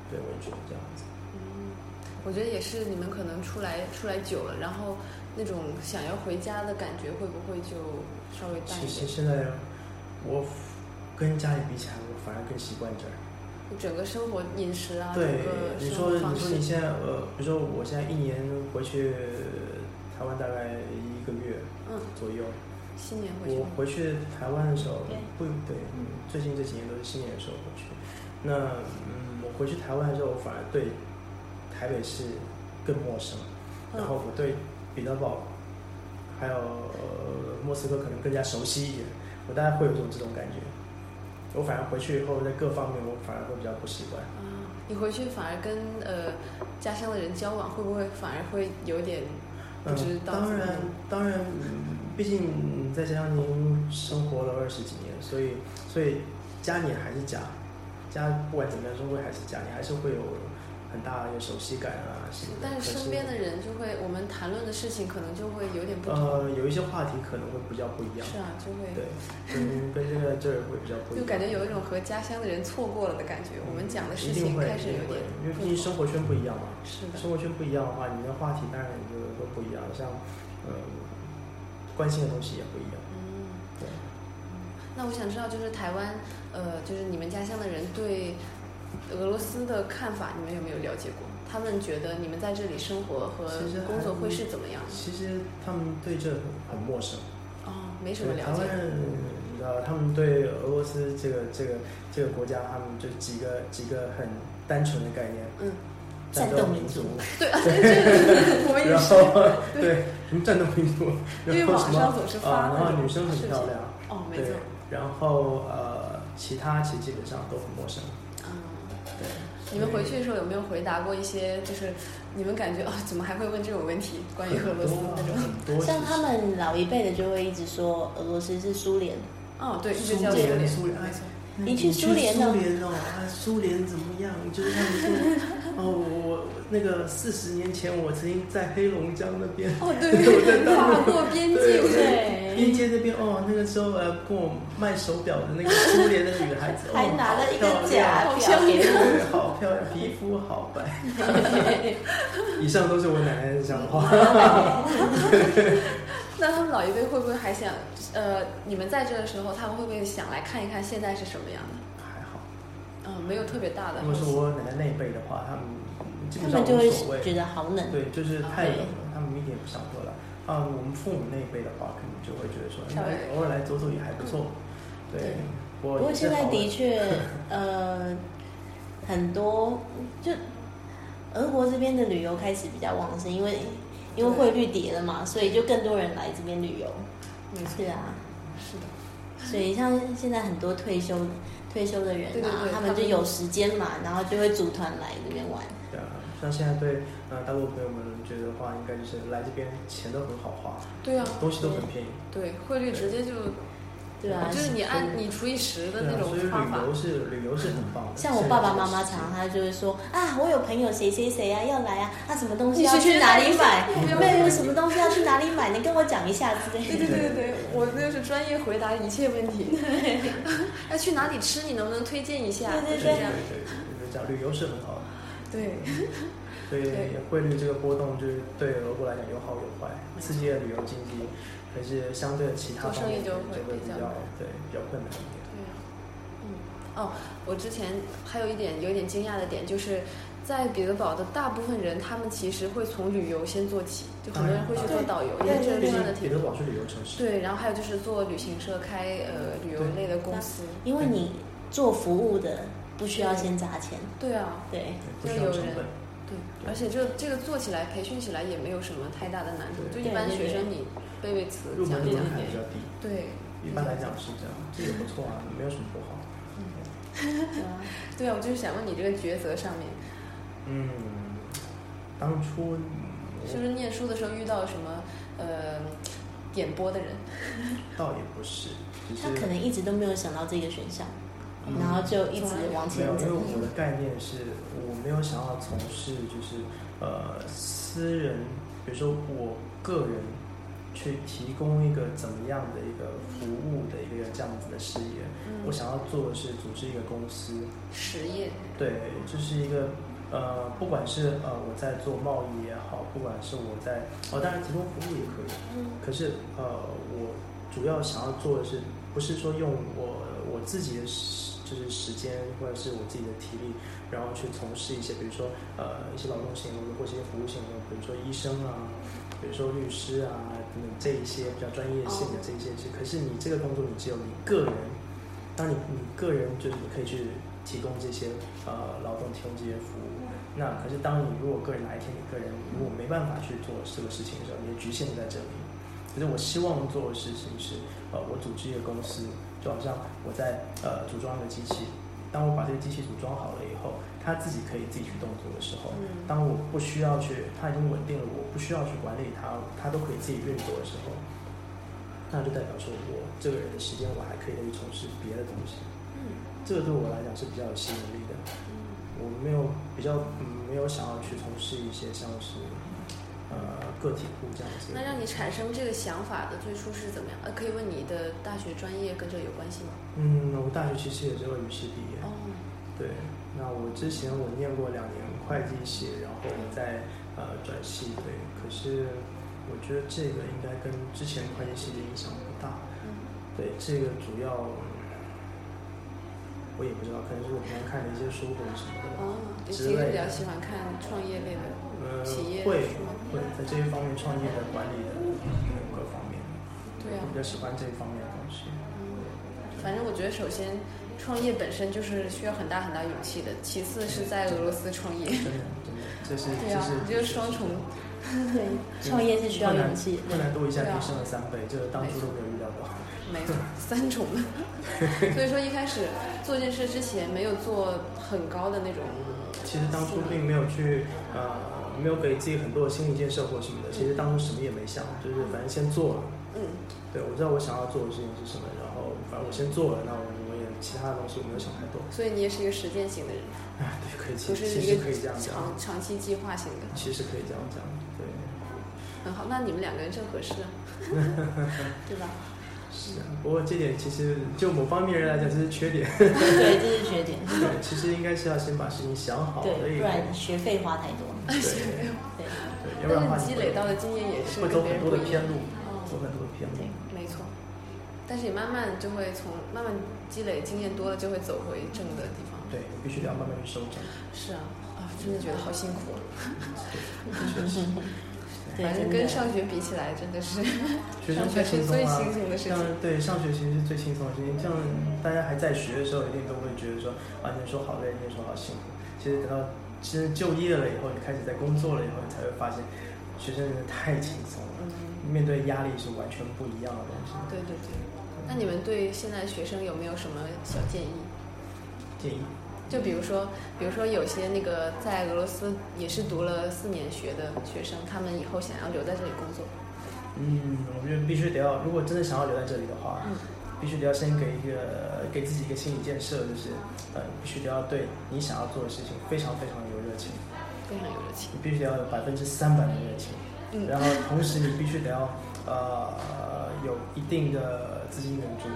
Speaker 3: 对为准这样子。
Speaker 2: 嗯，我觉得也是，你们可能出来出来久了，然后那种想要回家的感觉，会不会就稍微淡
Speaker 3: 其
Speaker 2: 一
Speaker 3: 实
Speaker 2: 点？
Speaker 3: 现在我跟家里比起来，我反而更习惯这儿。
Speaker 2: 就整个生活饮食啊，整
Speaker 3: 对，
Speaker 2: 个
Speaker 3: 你
Speaker 2: 生
Speaker 3: 说
Speaker 2: 活
Speaker 3: 你
Speaker 2: 方
Speaker 3: 说
Speaker 2: 式
Speaker 3: 你，现在呃，比如说我现在一年回去台湾大概一个月
Speaker 2: 嗯，
Speaker 3: 左右，
Speaker 2: 新年回去
Speaker 3: 我
Speaker 2: 吗
Speaker 3: 回去台湾的时候
Speaker 4: 对
Speaker 3: 不对，嗯，最近这几年都是新年的时候回去。那嗯，我回去台湾的时候，我反而对台北市更陌生，
Speaker 2: 嗯
Speaker 3: 然后我对彼得堡还有、呃、莫斯科可能更加熟悉一点，我大概会有一种这种感觉。我反而回去以后，在各方面我反而会比较不习惯。
Speaker 2: 啊，你回去反而跟呃家乡的人交往，会不会反而会有点不
Speaker 3: 嗯
Speaker 2: 知，道？
Speaker 3: 当然，当然，毕竟再加上您生活了二十几年，所以所以家里还是家，家不管怎么样，终归还是家，你还是会有很大的熟悉感啊什么的。
Speaker 2: 但
Speaker 3: 可
Speaker 2: 是身边的人就会，我们谈论的事情可能就会有点不同，
Speaker 3: 呃，有一些话题可能会比较不 一样，
Speaker 2: 是啊，就会
Speaker 3: 对，跟跟这个这儿会比较不一
Speaker 2: 就
Speaker 3: 样，
Speaker 2: 感觉有一种和家乡的人错过了的感觉。我们讲的事
Speaker 3: 一定
Speaker 2: 情
Speaker 3: 会
Speaker 2: 开始
Speaker 3: 一定
Speaker 2: 有
Speaker 3: 会
Speaker 2: 点
Speaker 3: 因为
Speaker 2: 不
Speaker 3: 毕
Speaker 2: 同
Speaker 3: 竟生活圈不一样嘛。
Speaker 2: 是的，
Speaker 3: 生活圈不一样的话，你的话题当然就会不一样，像呃关心的东西也不一样。
Speaker 2: 嗯。
Speaker 3: 对，
Speaker 2: 那我想知道，就是台湾，呃，就是你们家乡的人对俄罗斯的看法，你们有没有了解过？他们觉得你们在这里生活和
Speaker 3: 其实还
Speaker 2: 工作会是怎么样？
Speaker 3: 其实他们对这很陌生，
Speaker 2: 哦，没什么
Speaker 3: 对
Speaker 2: 了
Speaker 3: 台湾
Speaker 2: 解。
Speaker 3: 人，你知道，他们对俄罗斯这个这个这个国家，他们就几个几个很单纯的概念，
Speaker 2: 嗯，
Speaker 4: 战斗民族，
Speaker 2: 对 啊，这个我们也
Speaker 3: 然
Speaker 2: 哎是，
Speaker 3: 后 对什么战斗民族，
Speaker 2: 因为
Speaker 3: 然后
Speaker 2: 网
Speaker 3: 什么
Speaker 2: 上总是发
Speaker 3: 啊，
Speaker 2: 那
Speaker 3: 然后
Speaker 2: 种
Speaker 3: 女生很
Speaker 2: 视
Speaker 3: 漂
Speaker 2: 频
Speaker 3: 亮，
Speaker 2: 哦，没
Speaker 3: 对
Speaker 2: 错，，
Speaker 3: 然后呃，其他其实基本上都很陌生，
Speaker 2: 嗯，
Speaker 3: 对，
Speaker 2: 你们回去的时候有没有回答过一些就是你们感觉啊、怎么还会问这种问题？关于俄罗斯那种，
Speaker 3: 很多
Speaker 4: 像他们老一辈的就会一直说俄罗斯是苏联，
Speaker 2: 哦，对，一直
Speaker 3: 苏
Speaker 2: 叫苏
Speaker 3: 联
Speaker 2: 联，
Speaker 3: 苏联
Speaker 2: 没错，
Speaker 4: 你去苏联呢
Speaker 3: 苏联哦，啊，苏联怎么样？就是他们说，哦，我我那个四十年前我曾经在黑龙江那边，
Speaker 2: 哦，对对对，跨过边境，
Speaker 3: 对
Speaker 4: 对
Speaker 3: 边界那边哦，那个时候呃跟我卖手表的那个苏联的女孩子，哦
Speaker 4: 还拿了一个
Speaker 3: 好漂亮
Speaker 4: 假
Speaker 2: 好
Speaker 4: 表
Speaker 2: 像
Speaker 4: 给我。
Speaker 3: 对，好漂亮，皮肤好 白。以上都是我奶奶讲的话。
Speaker 2: 那他们老一辈会不会还想，呃，你们在这的时候，他们会不会想来看一看现在是什么样的？
Speaker 3: 还好，
Speaker 2: 嗯、没有特别大的
Speaker 3: 如。果是我奶奶那一辈的话，他们基
Speaker 4: 他
Speaker 3: 本上
Speaker 4: 们就会
Speaker 3: 无所谓，
Speaker 4: 觉得好冷，
Speaker 3: 对，就是太冷了，他们一点也不想喝了。啊，我们父母那一辈的话，可能就会觉得说，
Speaker 2: 稍微
Speaker 3: 哎偶尔来走走也还不错。对
Speaker 4: 对，
Speaker 3: 不
Speaker 4: 不过现在的确，呃，很多就俄国这边的旅游开始比较旺盛，因为因为汇率跌了嘛，所以就更多人来这边旅游。
Speaker 2: 没错
Speaker 4: 是啊，
Speaker 2: 是的，
Speaker 4: 所以像现在很多退休退休的人啊，
Speaker 2: 对对对
Speaker 4: 他们就有时间嘛，然后就会组团来这边玩。
Speaker 3: 对啊，像现在对呃大陆朋友们觉得的话，应该就是来这边钱都很好花，
Speaker 2: 对啊，
Speaker 3: 东西都很便宜。
Speaker 2: 对，汇率直接就
Speaker 4: 对啊，
Speaker 2: 就是你按你除以十的
Speaker 3: 对
Speaker 2: 那
Speaker 3: 啊，
Speaker 2: 种
Speaker 3: 所以
Speaker 2: 方法
Speaker 3: 旅游，是旅游是很棒的。
Speaker 4: 像我
Speaker 3: 现在
Speaker 4: 爸爸
Speaker 3: 这个
Speaker 4: 妈妈
Speaker 3: 时
Speaker 4: 常
Speaker 3: 期
Speaker 4: 常他就会说啊，我有朋友谁谁谁啊要来啊，啊什么东西
Speaker 2: 你
Speaker 4: 要
Speaker 2: 是
Speaker 4: 去哪里 买
Speaker 2: 去哪里，买
Speaker 4: 妹有什么东西要去哪里买，你跟我讲一下之类
Speaker 2: 对
Speaker 4: 的。
Speaker 2: 对对对对，我就是专业回答一切问题。 要去哪里吃，你能不能推荐一下？
Speaker 4: 对
Speaker 2: 就
Speaker 4: 对
Speaker 2: 是
Speaker 3: 对
Speaker 2: 这
Speaker 3: 对
Speaker 2: 样。
Speaker 3: 对，就是这样，旅游是很好的。
Speaker 2: 对，
Speaker 3: 所以
Speaker 2: 对
Speaker 3: 汇率这个波动就是对俄国来讲有好有坏，刺激了旅游经济，可是相对其他
Speaker 2: 做生
Speaker 3: 方面
Speaker 2: 意就
Speaker 3: 可
Speaker 2: 会
Speaker 3: 能就会
Speaker 2: 比
Speaker 3: 比
Speaker 2: 较
Speaker 3: 较对比较困难一点。
Speaker 2: 对啊，嗯，哦，我之前还有一点有一点惊讶的点，就是在彼得堡的大部分人，他们其实会从旅游先做起，就很多人会去做导游，因为这
Speaker 3: 毕
Speaker 2: 个赚的挺
Speaker 3: 竟彼得堡是旅游城市，
Speaker 2: 对，然后还有就是做旅行社开呃旅游类的公司，
Speaker 4: 因为你做服务的不需要先砸钱，
Speaker 2: 对啊，
Speaker 4: 对
Speaker 3: 对，不需要成本。
Speaker 2: 对，而且这这个做起来培训起来也没有什么太大的难度，就
Speaker 3: 对
Speaker 2: 一般
Speaker 4: 对对
Speaker 2: 学生你背背词
Speaker 3: 入
Speaker 2: 讲
Speaker 3: 门
Speaker 2: 一
Speaker 3: 门
Speaker 2: 讲
Speaker 3: 槛
Speaker 2: 也
Speaker 3: 比较低，
Speaker 2: 对。
Speaker 3: 一般来讲是这样，这也不错啊，没有什么不好。
Speaker 4: 对啊
Speaker 2: 对啊，我就是想问你这个抉择上面，
Speaker 3: 嗯，当初
Speaker 2: 是不是念书的时候遇到什么呃点拨的人？
Speaker 3: 我倒也不是，只是
Speaker 4: 他可能一直都没有想到这个选项，然后就一直往
Speaker 3: 嗯没
Speaker 4: 前
Speaker 3: 有，因
Speaker 4: 走
Speaker 3: 为。我的概念是我没有想要从事就是呃私人，比如说我个人去提供一个怎么样的一个服务的一个这样子的事业，
Speaker 2: 嗯
Speaker 3: 我想要做的是组织一个公司，
Speaker 2: 实业，
Speaker 3: 对，就是一个呃，不管是呃我在做贸易也好，不管是我在哦，当然提供服务也可以，
Speaker 2: 嗯
Speaker 3: 可是呃，我主要想要做的是，不是说用我我自己的时就是时间或者是我自己的体力，然后去从事一些，比如说呃一些劳动性工作或者一些服务性工作，比如说医生啊，比如说律师啊等等这一些比较专业性的这一些事。可是你这个工作，你只有你个人，当你你个人就是你可以去呃提供这些呃劳动提供这些服务。那可是当你如果个人哪一天你个人如果没办法去做这个事情的时候，你的局限在这里。可是我希望做的事情是，呃，我组织一个公司，就好像我在呃组装一个机器，当我把这个机器组装好了以后，它自己可以自己去动作的时候，
Speaker 2: 嗯
Speaker 3: 当我不需要去，它已经稳定了，我不需要去管理它，它都可以自己运作的时候，那就代表说我这个人的时间我还可以再去从事别的东西，
Speaker 2: 嗯
Speaker 3: 这个对我来讲是比较有吸引力的。我没有比较，嗯，没有想要去从事一些像是呃个体户这样子的。
Speaker 2: 那让你产生这个想法的最初是怎么样？呃，可以问你的大学专业跟这有关系吗？
Speaker 3: 嗯，我大学其实也是外语系毕业。
Speaker 2: 哦，
Speaker 3: 对，那我之前我念过两年会计系，然后我再呃转系。对，可是我觉得这个应该跟之前会计系的影响不大。
Speaker 2: 嗯，
Speaker 3: 对，这个主要我也不知道，可能是我平常看的一些书或者什么的吧。
Speaker 2: 哦，你
Speaker 3: 之
Speaker 2: 其实
Speaker 3: 类
Speaker 2: 比较
Speaker 3: 的
Speaker 2: 喜欢看创业类的
Speaker 3: 呃，
Speaker 2: 企业
Speaker 3: 会
Speaker 2: 是吗
Speaker 3: 会在这一方面创业的管理的嗯各方面，
Speaker 2: 对啊嗯
Speaker 3: 我比较喜欢这一方面的东西。
Speaker 2: 反正我觉得首先创业本身就是需要很大很大勇气的，其次是在俄罗斯创业，
Speaker 3: 真的真的，这是
Speaker 2: 对
Speaker 3: 这
Speaker 2: 啊
Speaker 3: 是，
Speaker 2: 你就是双重，
Speaker 4: 对，创业是需要勇气的。啊
Speaker 3: 困难度一下就升了三倍，这个当初都没有预料到。
Speaker 2: 没有三重的，所以说一开始做这件事之前没有做很高的那种，
Speaker 3: 其实当初并没有去呃，没有给自己很多的心理建设或什么的。其实当初什么也没想，就是反正先做了。
Speaker 2: 嗯，
Speaker 3: 对，我知道我想要做的事情是什么，然后反正我先做了，那我我也其他的东西我没有想太多。
Speaker 2: 所以你也是一个实践型的人，
Speaker 3: 哎，对，可以，
Speaker 2: 不
Speaker 3: 其
Speaker 2: 是
Speaker 3: 实其
Speaker 2: 一
Speaker 3: 实
Speaker 2: 个
Speaker 3: 可以这样讲，
Speaker 2: 长长期计划型的，
Speaker 3: 其实可以这样讲，对，
Speaker 2: 很好，那你们两个人正合适啊，对吧？
Speaker 3: 是啊。不过这点其实就某方面人来讲，这是缺点。
Speaker 4: 对，这是缺点。
Speaker 3: 对，其实应该是要先把事情想好，所
Speaker 4: 对，
Speaker 3: 以
Speaker 4: 不然学费花太多。
Speaker 3: 对，
Speaker 4: 对，
Speaker 3: 对要不然的话
Speaker 2: 但是积
Speaker 3: 你会
Speaker 2: 累到的经验也是
Speaker 3: 会
Speaker 2: 跟
Speaker 3: 走
Speaker 2: 别
Speaker 3: 很
Speaker 2: 人
Speaker 3: 多
Speaker 2: 不
Speaker 3: 的
Speaker 2: 一样
Speaker 3: 偏。路，
Speaker 2: 哦
Speaker 3: 走很多的偏路
Speaker 4: 对。
Speaker 2: 没错，但是你慢慢就会从慢慢积累经验多了，就会走回正的地方。
Speaker 3: 对，必须得要慢慢去收整，
Speaker 2: 是啊，啊，真的觉得好辛苦啊！
Speaker 3: 确实。
Speaker 4: 对
Speaker 2: 反正
Speaker 4: 真
Speaker 2: 跟
Speaker 4: 的
Speaker 2: 上学比起来，真 的是
Speaker 3: 学生最轻松
Speaker 2: 最
Speaker 3: 啊
Speaker 2: 轻松的，事情
Speaker 3: 像对上学其实是最轻松的事情。像大家还在学的时候，一定都会觉得说啊，念书好累，念书好辛苦。其实等到真正就业了以后，你开始在工作了以后，你才会发现，学生真的太轻松了，面对压力是完全不一样的东西。
Speaker 2: 对对对。那你们对现在学生有没有什么小建议？
Speaker 3: 建议
Speaker 2: 就比如说，比如说有些那个在俄罗斯也是读了四年学的学生，他们以后想要留在这里工作，
Speaker 3: 嗯，我觉得必须得要，如果真的想要留在这里的话，
Speaker 2: 嗯
Speaker 3: 必须得要先给一个给自己一个心理建设，就是呃，必须得要对你想要做的事情非常非常有热情，
Speaker 2: 非常有热情。
Speaker 3: 你必须得要有百分之三百的热情，
Speaker 2: 嗯
Speaker 3: 然后同时你必须得要呃有一定的资金援助，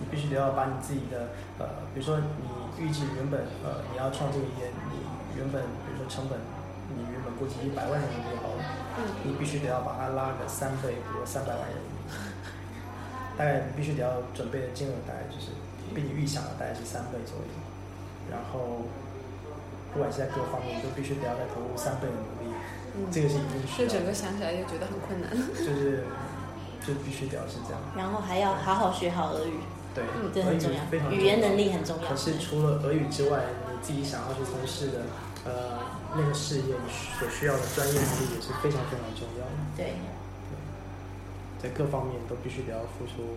Speaker 3: 你必须得要把你自己的呃，比如说你预计原本呃你要创这个业，你原本比如说成本，你原本估计一百万人民币好了。
Speaker 2: 嗯，
Speaker 3: 你必须得要把它拉个三倍，比如三百万人民币，大概你必须得要准备的金额大概就是比你预想的大概是三倍左右，然后不管是在各方面，就必须得要再投入三倍的努力，
Speaker 2: 嗯
Speaker 3: 这个是一定需
Speaker 2: 这
Speaker 3: 要
Speaker 2: 整
Speaker 3: 的，
Speaker 2: 个想起来就觉得很困难。
Speaker 3: 就是就必须得要是这样，
Speaker 4: 然后还要好好学好俄语，
Speaker 3: 对，
Speaker 4: 这
Speaker 3: 嗯俄
Speaker 4: 很
Speaker 3: 语
Speaker 4: 重
Speaker 3: 非常重要
Speaker 4: 要，语言能力很重要
Speaker 3: 可。是除了俄语之外，你自己想要去从事的呃那个事业，你所需要的专业能力也是非常非常重要的。
Speaker 4: 对，
Speaker 3: 在各方面都必须得要付出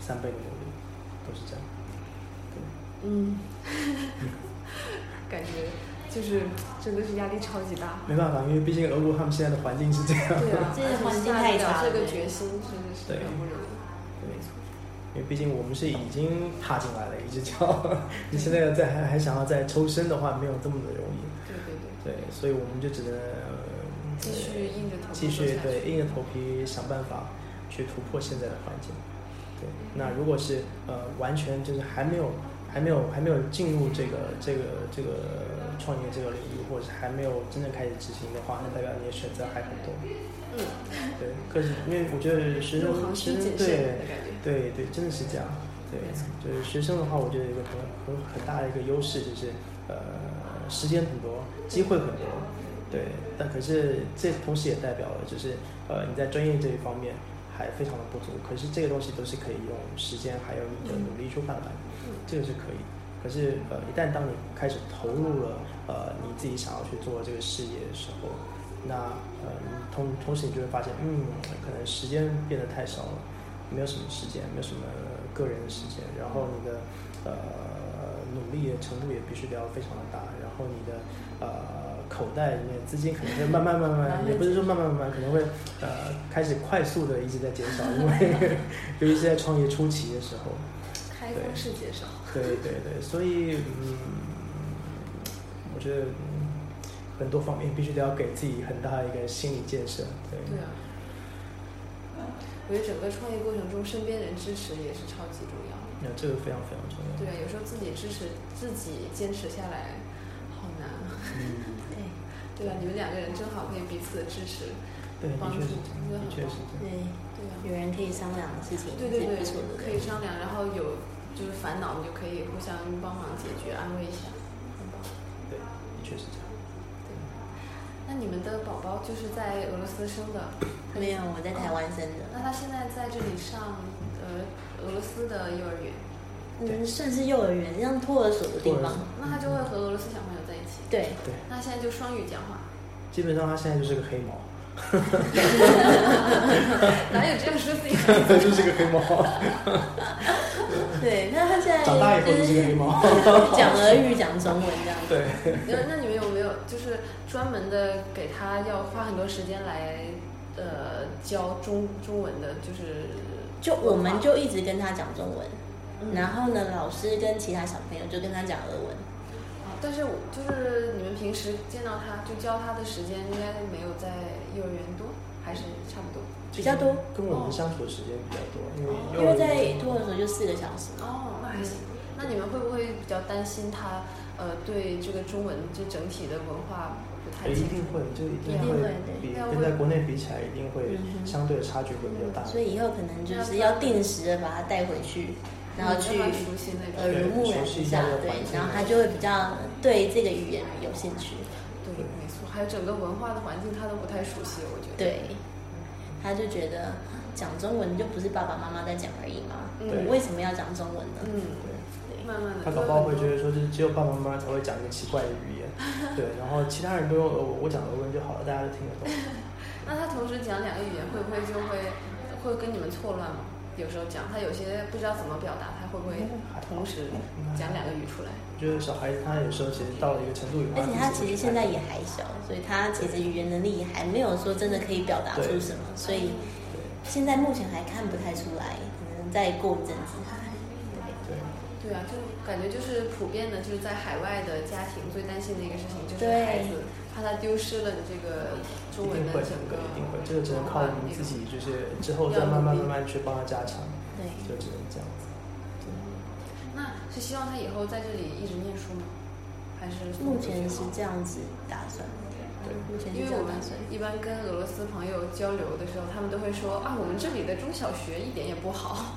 Speaker 3: 三倍的努力，都是这样。对，
Speaker 2: 嗯， 感觉就是真的是压力超级大。
Speaker 3: 没办法，因为毕竟俄国他们现在的环境是这样。
Speaker 2: 对啊，
Speaker 4: 这个环境太差了
Speaker 2: 这个决心真的是
Speaker 3: 对
Speaker 2: 很不容易。
Speaker 3: 对，因为毕竟我们是已经踏进来了一只脚， 你现在要再还还想要再抽身的话，没有这么的容易。
Speaker 2: 对对对，
Speaker 3: 对，所以我们就只能呃
Speaker 2: 继续硬着头皮
Speaker 3: 继
Speaker 2: 走下
Speaker 3: 续
Speaker 2: 去
Speaker 3: 对硬着头皮想办法去突破现在的环境。对，
Speaker 2: 嗯
Speaker 3: 那如果是呃完全就是还没有还没有还没有进入这个这个这个创业这个领域，或者是还没有真正开始执行的话，那代表你的选择还很多。
Speaker 2: 嗯，
Speaker 3: 对，可是因为我觉得学生
Speaker 2: 入行
Speaker 3: 学
Speaker 2: 需
Speaker 3: 生
Speaker 2: 谨
Speaker 3: 对
Speaker 2: 慎的感觉。
Speaker 3: 对对，真的是这样。对
Speaker 2: 没错，
Speaker 3: 就是学生的话，我觉得有一个很很很大的一个优势就是，呃，时间很多，机会很多，对。但可是这同时也代表了，就是呃，你在专业这一方面还非常的不足。可是这个东西都是可以用时间还有你的努力去换来的，
Speaker 2: 嗯
Speaker 3: 这个是可以。可是呃，一旦当你开始投入了呃你自己想要去做这个事业的时候，那呃你同同时你就会发现，嗯，可能时间变得太少了。没有什么时间，没有什么个人的时间，然后你的呃努力的程度也必须得要非常的大，然后你的呃口袋里面资金可能会慢慢慢慢，也不是说慢慢慢慢，可能会呃开始快速的一直在减少，因为 尤其是在创业初期的时候，
Speaker 2: 开放式介绍，
Speaker 3: 对对对，所以嗯，我觉得嗯很多方面必须得要给自己很大的一个心理建设，对。
Speaker 2: 对啊。我觉得整个创业过程中，身边人支持也是超级重要的。
Speaker 3: 那这个非常非常重要。
Speaker 2: 对啊，有时候自己支持自己坚持下来，好难啊。
Speaker 3: 嗯
Speaker 4: 对，
Speaker 2: 对啊吧？你们两个人正好可以彼此支持，
Speaker 3: 对，的
Speaker 2: 帮助
Speaker 3: 确是
Speaker 2: 真的
Speaker 3: 这样，
Speaker 2: 很
Speaker 3: 的确是这样。
Speaker 4: 对，
Speaker 2: 对啊。
Speaker 4: 有人可以商量的事情，
Speaker 2: 对对
Speaker 4: 是
Speaker 2: 对
Speaker 4: 不错，的，
Speaker 2: 可以商量，然后有就是烦恼，你就可以互相帮忙解决，安慰一下。很棒
Speaker 3: 对，的确是这样。
Speaker 2: 对。那你们的宝宝就是在俄罗斯生的？
Speaker 4: 没有，我在台湾生的。
Speaker 2: 那他现在在这里上呃俄罗斯的幼儿园，
Speaker 4: 嗯，甚至幼儿园，像托儿所的地
Speaker 3: 托儿
Speaker 4: 方
Speaker 3: 所，
Speaker 2: 那他就会和俄罗斯小朋友在一起。
Speaker 4: 对，
Speaker 3: 对，
Speaker 2: 那现在就双语讲话，
Speaker 3: 基本上他现在就是个黑猫，
Speaker 2: 哪有这样说自己？
Speaker 3: 就是个黑猫，
Speaker 4: 对，那他现在
Speaker 3: 长大以后
Speaker 4: 就
Speaker 3: 就是个黑
Speaker 4: 是
Speaker 3: 猫。
Speaker 4: 讲俄语、讲中文这样子。
Speaker 3: 对，
Speaker 2: 那那你们有没有就是专门的给他要花很多时间来呃教中中文的，就是
Speaker 4: 就我们就一直跟他讲中文，
Speaker 2: 嗯
Speaker 4: 然后呢，老师跟其他小朋友就跟他讲俄文。
Speaker 2: 啊，但是我就是你们平时见到他就教他的时间应该没有在幼儿园多，还是差不多？
Speaker 4: 比较多，
Speaker 3: 跟我们相处的时间比较多，因为
Speaker 4: 哦
Speaker 3: 幼
Speaker 4: 因
Speaker 3: 儿园
Speaker 4: 为在托儿所就四个小时，
Speaker 2: 哦，那还行。那你们会不会比较担心他呃对这个中文就整体的文化不太
Speaker 3: 哎一
Speaker 2: 清楚
Speaker 3: 定？会，就一
Speaker 2: 一
Speaker 3: 定
Speaker 2: 定
Speaker 3: 会
Speaker 2: 会
Speaker 4: 对
Speaker 3: 比
Speaker 2: 那
Speaker 3: 跟
Speaker 2: 会
Speaker 3: 在国内比起来，一定会
Speaker 4: 嗯哼
Speaker 3: 相对的差距会比较大。
Speaker 4: 所以以后可能就是要定时的把他带回去，然后
Speaker 2: 嗯让
Speaker 4: 去呃
Speaker 2: 他熟悉那
Speaker 4: 耳
Speaker 2: 种。
Speaker 4: 濡目染一下，对，然后他就会比较对这个语言有兴趣，
Speaker 2: 对，没错。还有整个文化的环境他都不太熟悉，我觉得。
Speaker 4: 对，他就觉得讲中文就不是爸爸妈妈在讲而已嘛，
Speaker 2: 嗯
Speaker 4: 我为什么要讲中文呢？
Speaker 2: 嗯，
Speaker 3: 对，
Speaker 2: 慢慢嗯的。
Speaker 3: 他搞不好会觉得说，就是只有爸爸妈妈才会讲一个奇怪的 语言，对，然后其他人都用俄文，我讲俄文就好了，大家都听得懂。
Speaker 2: 那他同时讲两个语言，会不会就会会跟你们错乱吗？有时候讲他有些不知道怎么表达，他会不会
Speaker 3: 嗯
Speaker 2: 同时讲两个语出来？
Speaker 3: 我觉得小孩子他有时候其实到了一个程度以后，
Speaker 4: 而且他
Speaker 3: 自己
Speaker 4: 其
Speaker 3: 会
Speaker 4: 实现在也还小，所以他其实语言能力也还没有说真的可以表达出什么，所以现在目前还看不太出来，可能再过一阵子。
Speaker 3: 对，
Speaker 2: 对啊，就感觉就是普遍的，就是在海外的家庭最担心的一个事情就是
Speaker 4: 对
Speaker 2: 孩子怕他丢失了这个中
Speaker 3: 一
Speaker 2: 文
Speaker 3: 定
Speaker 2: 的
Speaker 3: 会，
Speaker 2: 整个
Speaker 3: 一定会，这个只能靠我
Speaker 2: 文化那
Speaker 3: 们自
Speaker 2: 个
Speaker 3: 己，就是之后再慢慢慢慢去帮他加强，
Speaker 4: 对，
Speaker 3: 就只能这样子。
Speaker 2: 那是希望他以后在这里一直念书吗？还是
Speaker 4: 目前是这样子打算，
Speaker 3: 对，
Speaker 4: 目前
Speaker 2: 因为
Speaker 4: 是这
Speaker 2: 我
Speaker 4: 样
Speaker 2: 们
Speaker 4: 打算。
Speaker 2: 一般跟俄罗斯朋友交流的时候，他们都会说啊，我们这里的中小学一点也不好，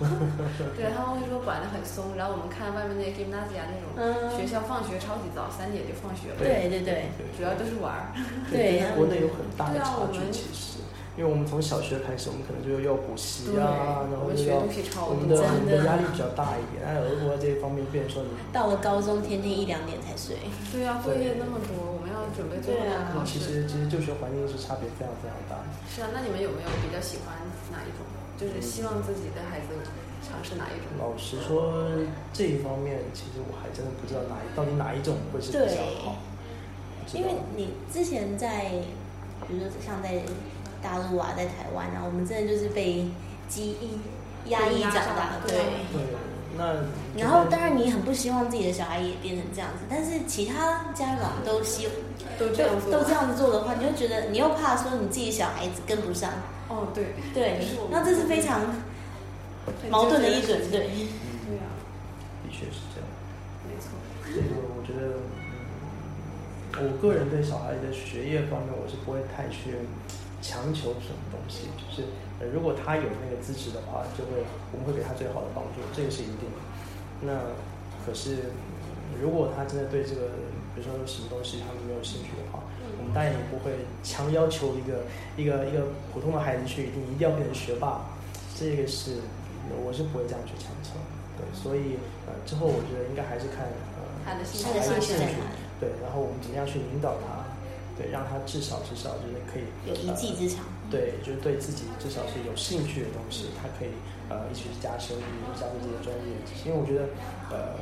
Speaker 2: 对，他们会说管得很松。然后我们看外面那 gymnasia 那种、
Speaker 4: 嗯
Speaker 2: 学校放学超级早，三点就放学了，
Speaker 4: 对对对，
Speaker 2: 主要都是玩儿。
Speaker 4: 对
Speaker 3: 跟国内有很大
Speaker 2: 对
Speaker 3: 的
Speaker 2: 啊
Speaker 3: 差
Speaker 2: 我
Speaker 3: 距
Speaker 2: 们，
Speaker 3: 其实，因为我们从小学开始，我们可能就要补习啊，
Speaker 2: 对
Speaker 3: 然
Speaker 2: 我
Speaker 3: 后
Speaker 2: 们
Speaker 3: 就
Speaker 2: 学
Speaker 3: 要
Speaker 2: 东西超
Speaker 3: 我们
Speaker 2: 多
Speaker 3: 的我们的
Speaker 4: 真的
Speaker 3: 压力比较大一点。但俄国这一方面，变成说你
Speaker 4: 到了高中天天一两点才睡。
Speaker 2: 对呀、作业那么多，我们要准备作业
Speaker 4: 嗯对啊
Speaker 2: 考
Speaker 3: 其
Speaker 2: 试。
Speaker 3: 实其实就学环境是差别非常非常大的。
Speaker 2: 是啊，那你们有没有比较喜欢哪一种？就是希望自己的孩子尝试哪一种？
Speaker 3: 老实说，这一方面其实我还真的不知道哪一到底哪一种会是比较好。不知道
Speaker 4: 因为你之前在，比如说像在大陆啊，在台湾啊，我们真的就是被基因压抑长大，
Speaker 2: 对
Speaker 4: 对。
Speaker 3: 对，那
Speaker 4: 然后当然你很不希望自己的小孩也变成这样子，但是其他家长都希
Speaker 2: 都
Speaker 4: 就
Speaker 2: 这样做
Speaker 4: 都这样子做的话，你就觉得你又怕说你自己小孩子跟不上，
Speaker 2: 哦，对，
Speaker 4: 对
Speaker 2: 是我，
Speaker 4: 那这是非常矛盾的一种，对，
Speaker 2: 对啊，
Speaker 3: 的确是这样。
Speaker 2: 没错。
Speaker 3: 所以我觉得，嗯，我个人对小孩的学业方面，我是不会太去强求什么东西。就是呃，如果他有那个资质的话，就会我们会给他最好的帮助，这个是一定的。那可是，嗯如果他真的对这个，比如说什么东西他们没有兴趣的话，我们当然也不会强要求一个一个一个普通的孩子去一定一定要变成学霸，这个是我是不会这样去强求的。对，所以呃，之后我觉得应该还是看呃
Speaker 2: 他的兴
Speaker 4: 他
Speaker 2: 趣
Speaker 4: 的
Speaker 2: 爱
Speaker 4: 兴
Speaker 2: 好
Speaker 4: 趣在哪里？
Speaker 3: 对，然后我们怎么样去引导他，对，让他至少至少就是可以
Speaker 4: 有一技之长，
Speaker 3: 呃对，就是对自己至少是有兴趣的东西，他可以呃一起去加深，比如加深自己的专业知识。因为我觉得，呃，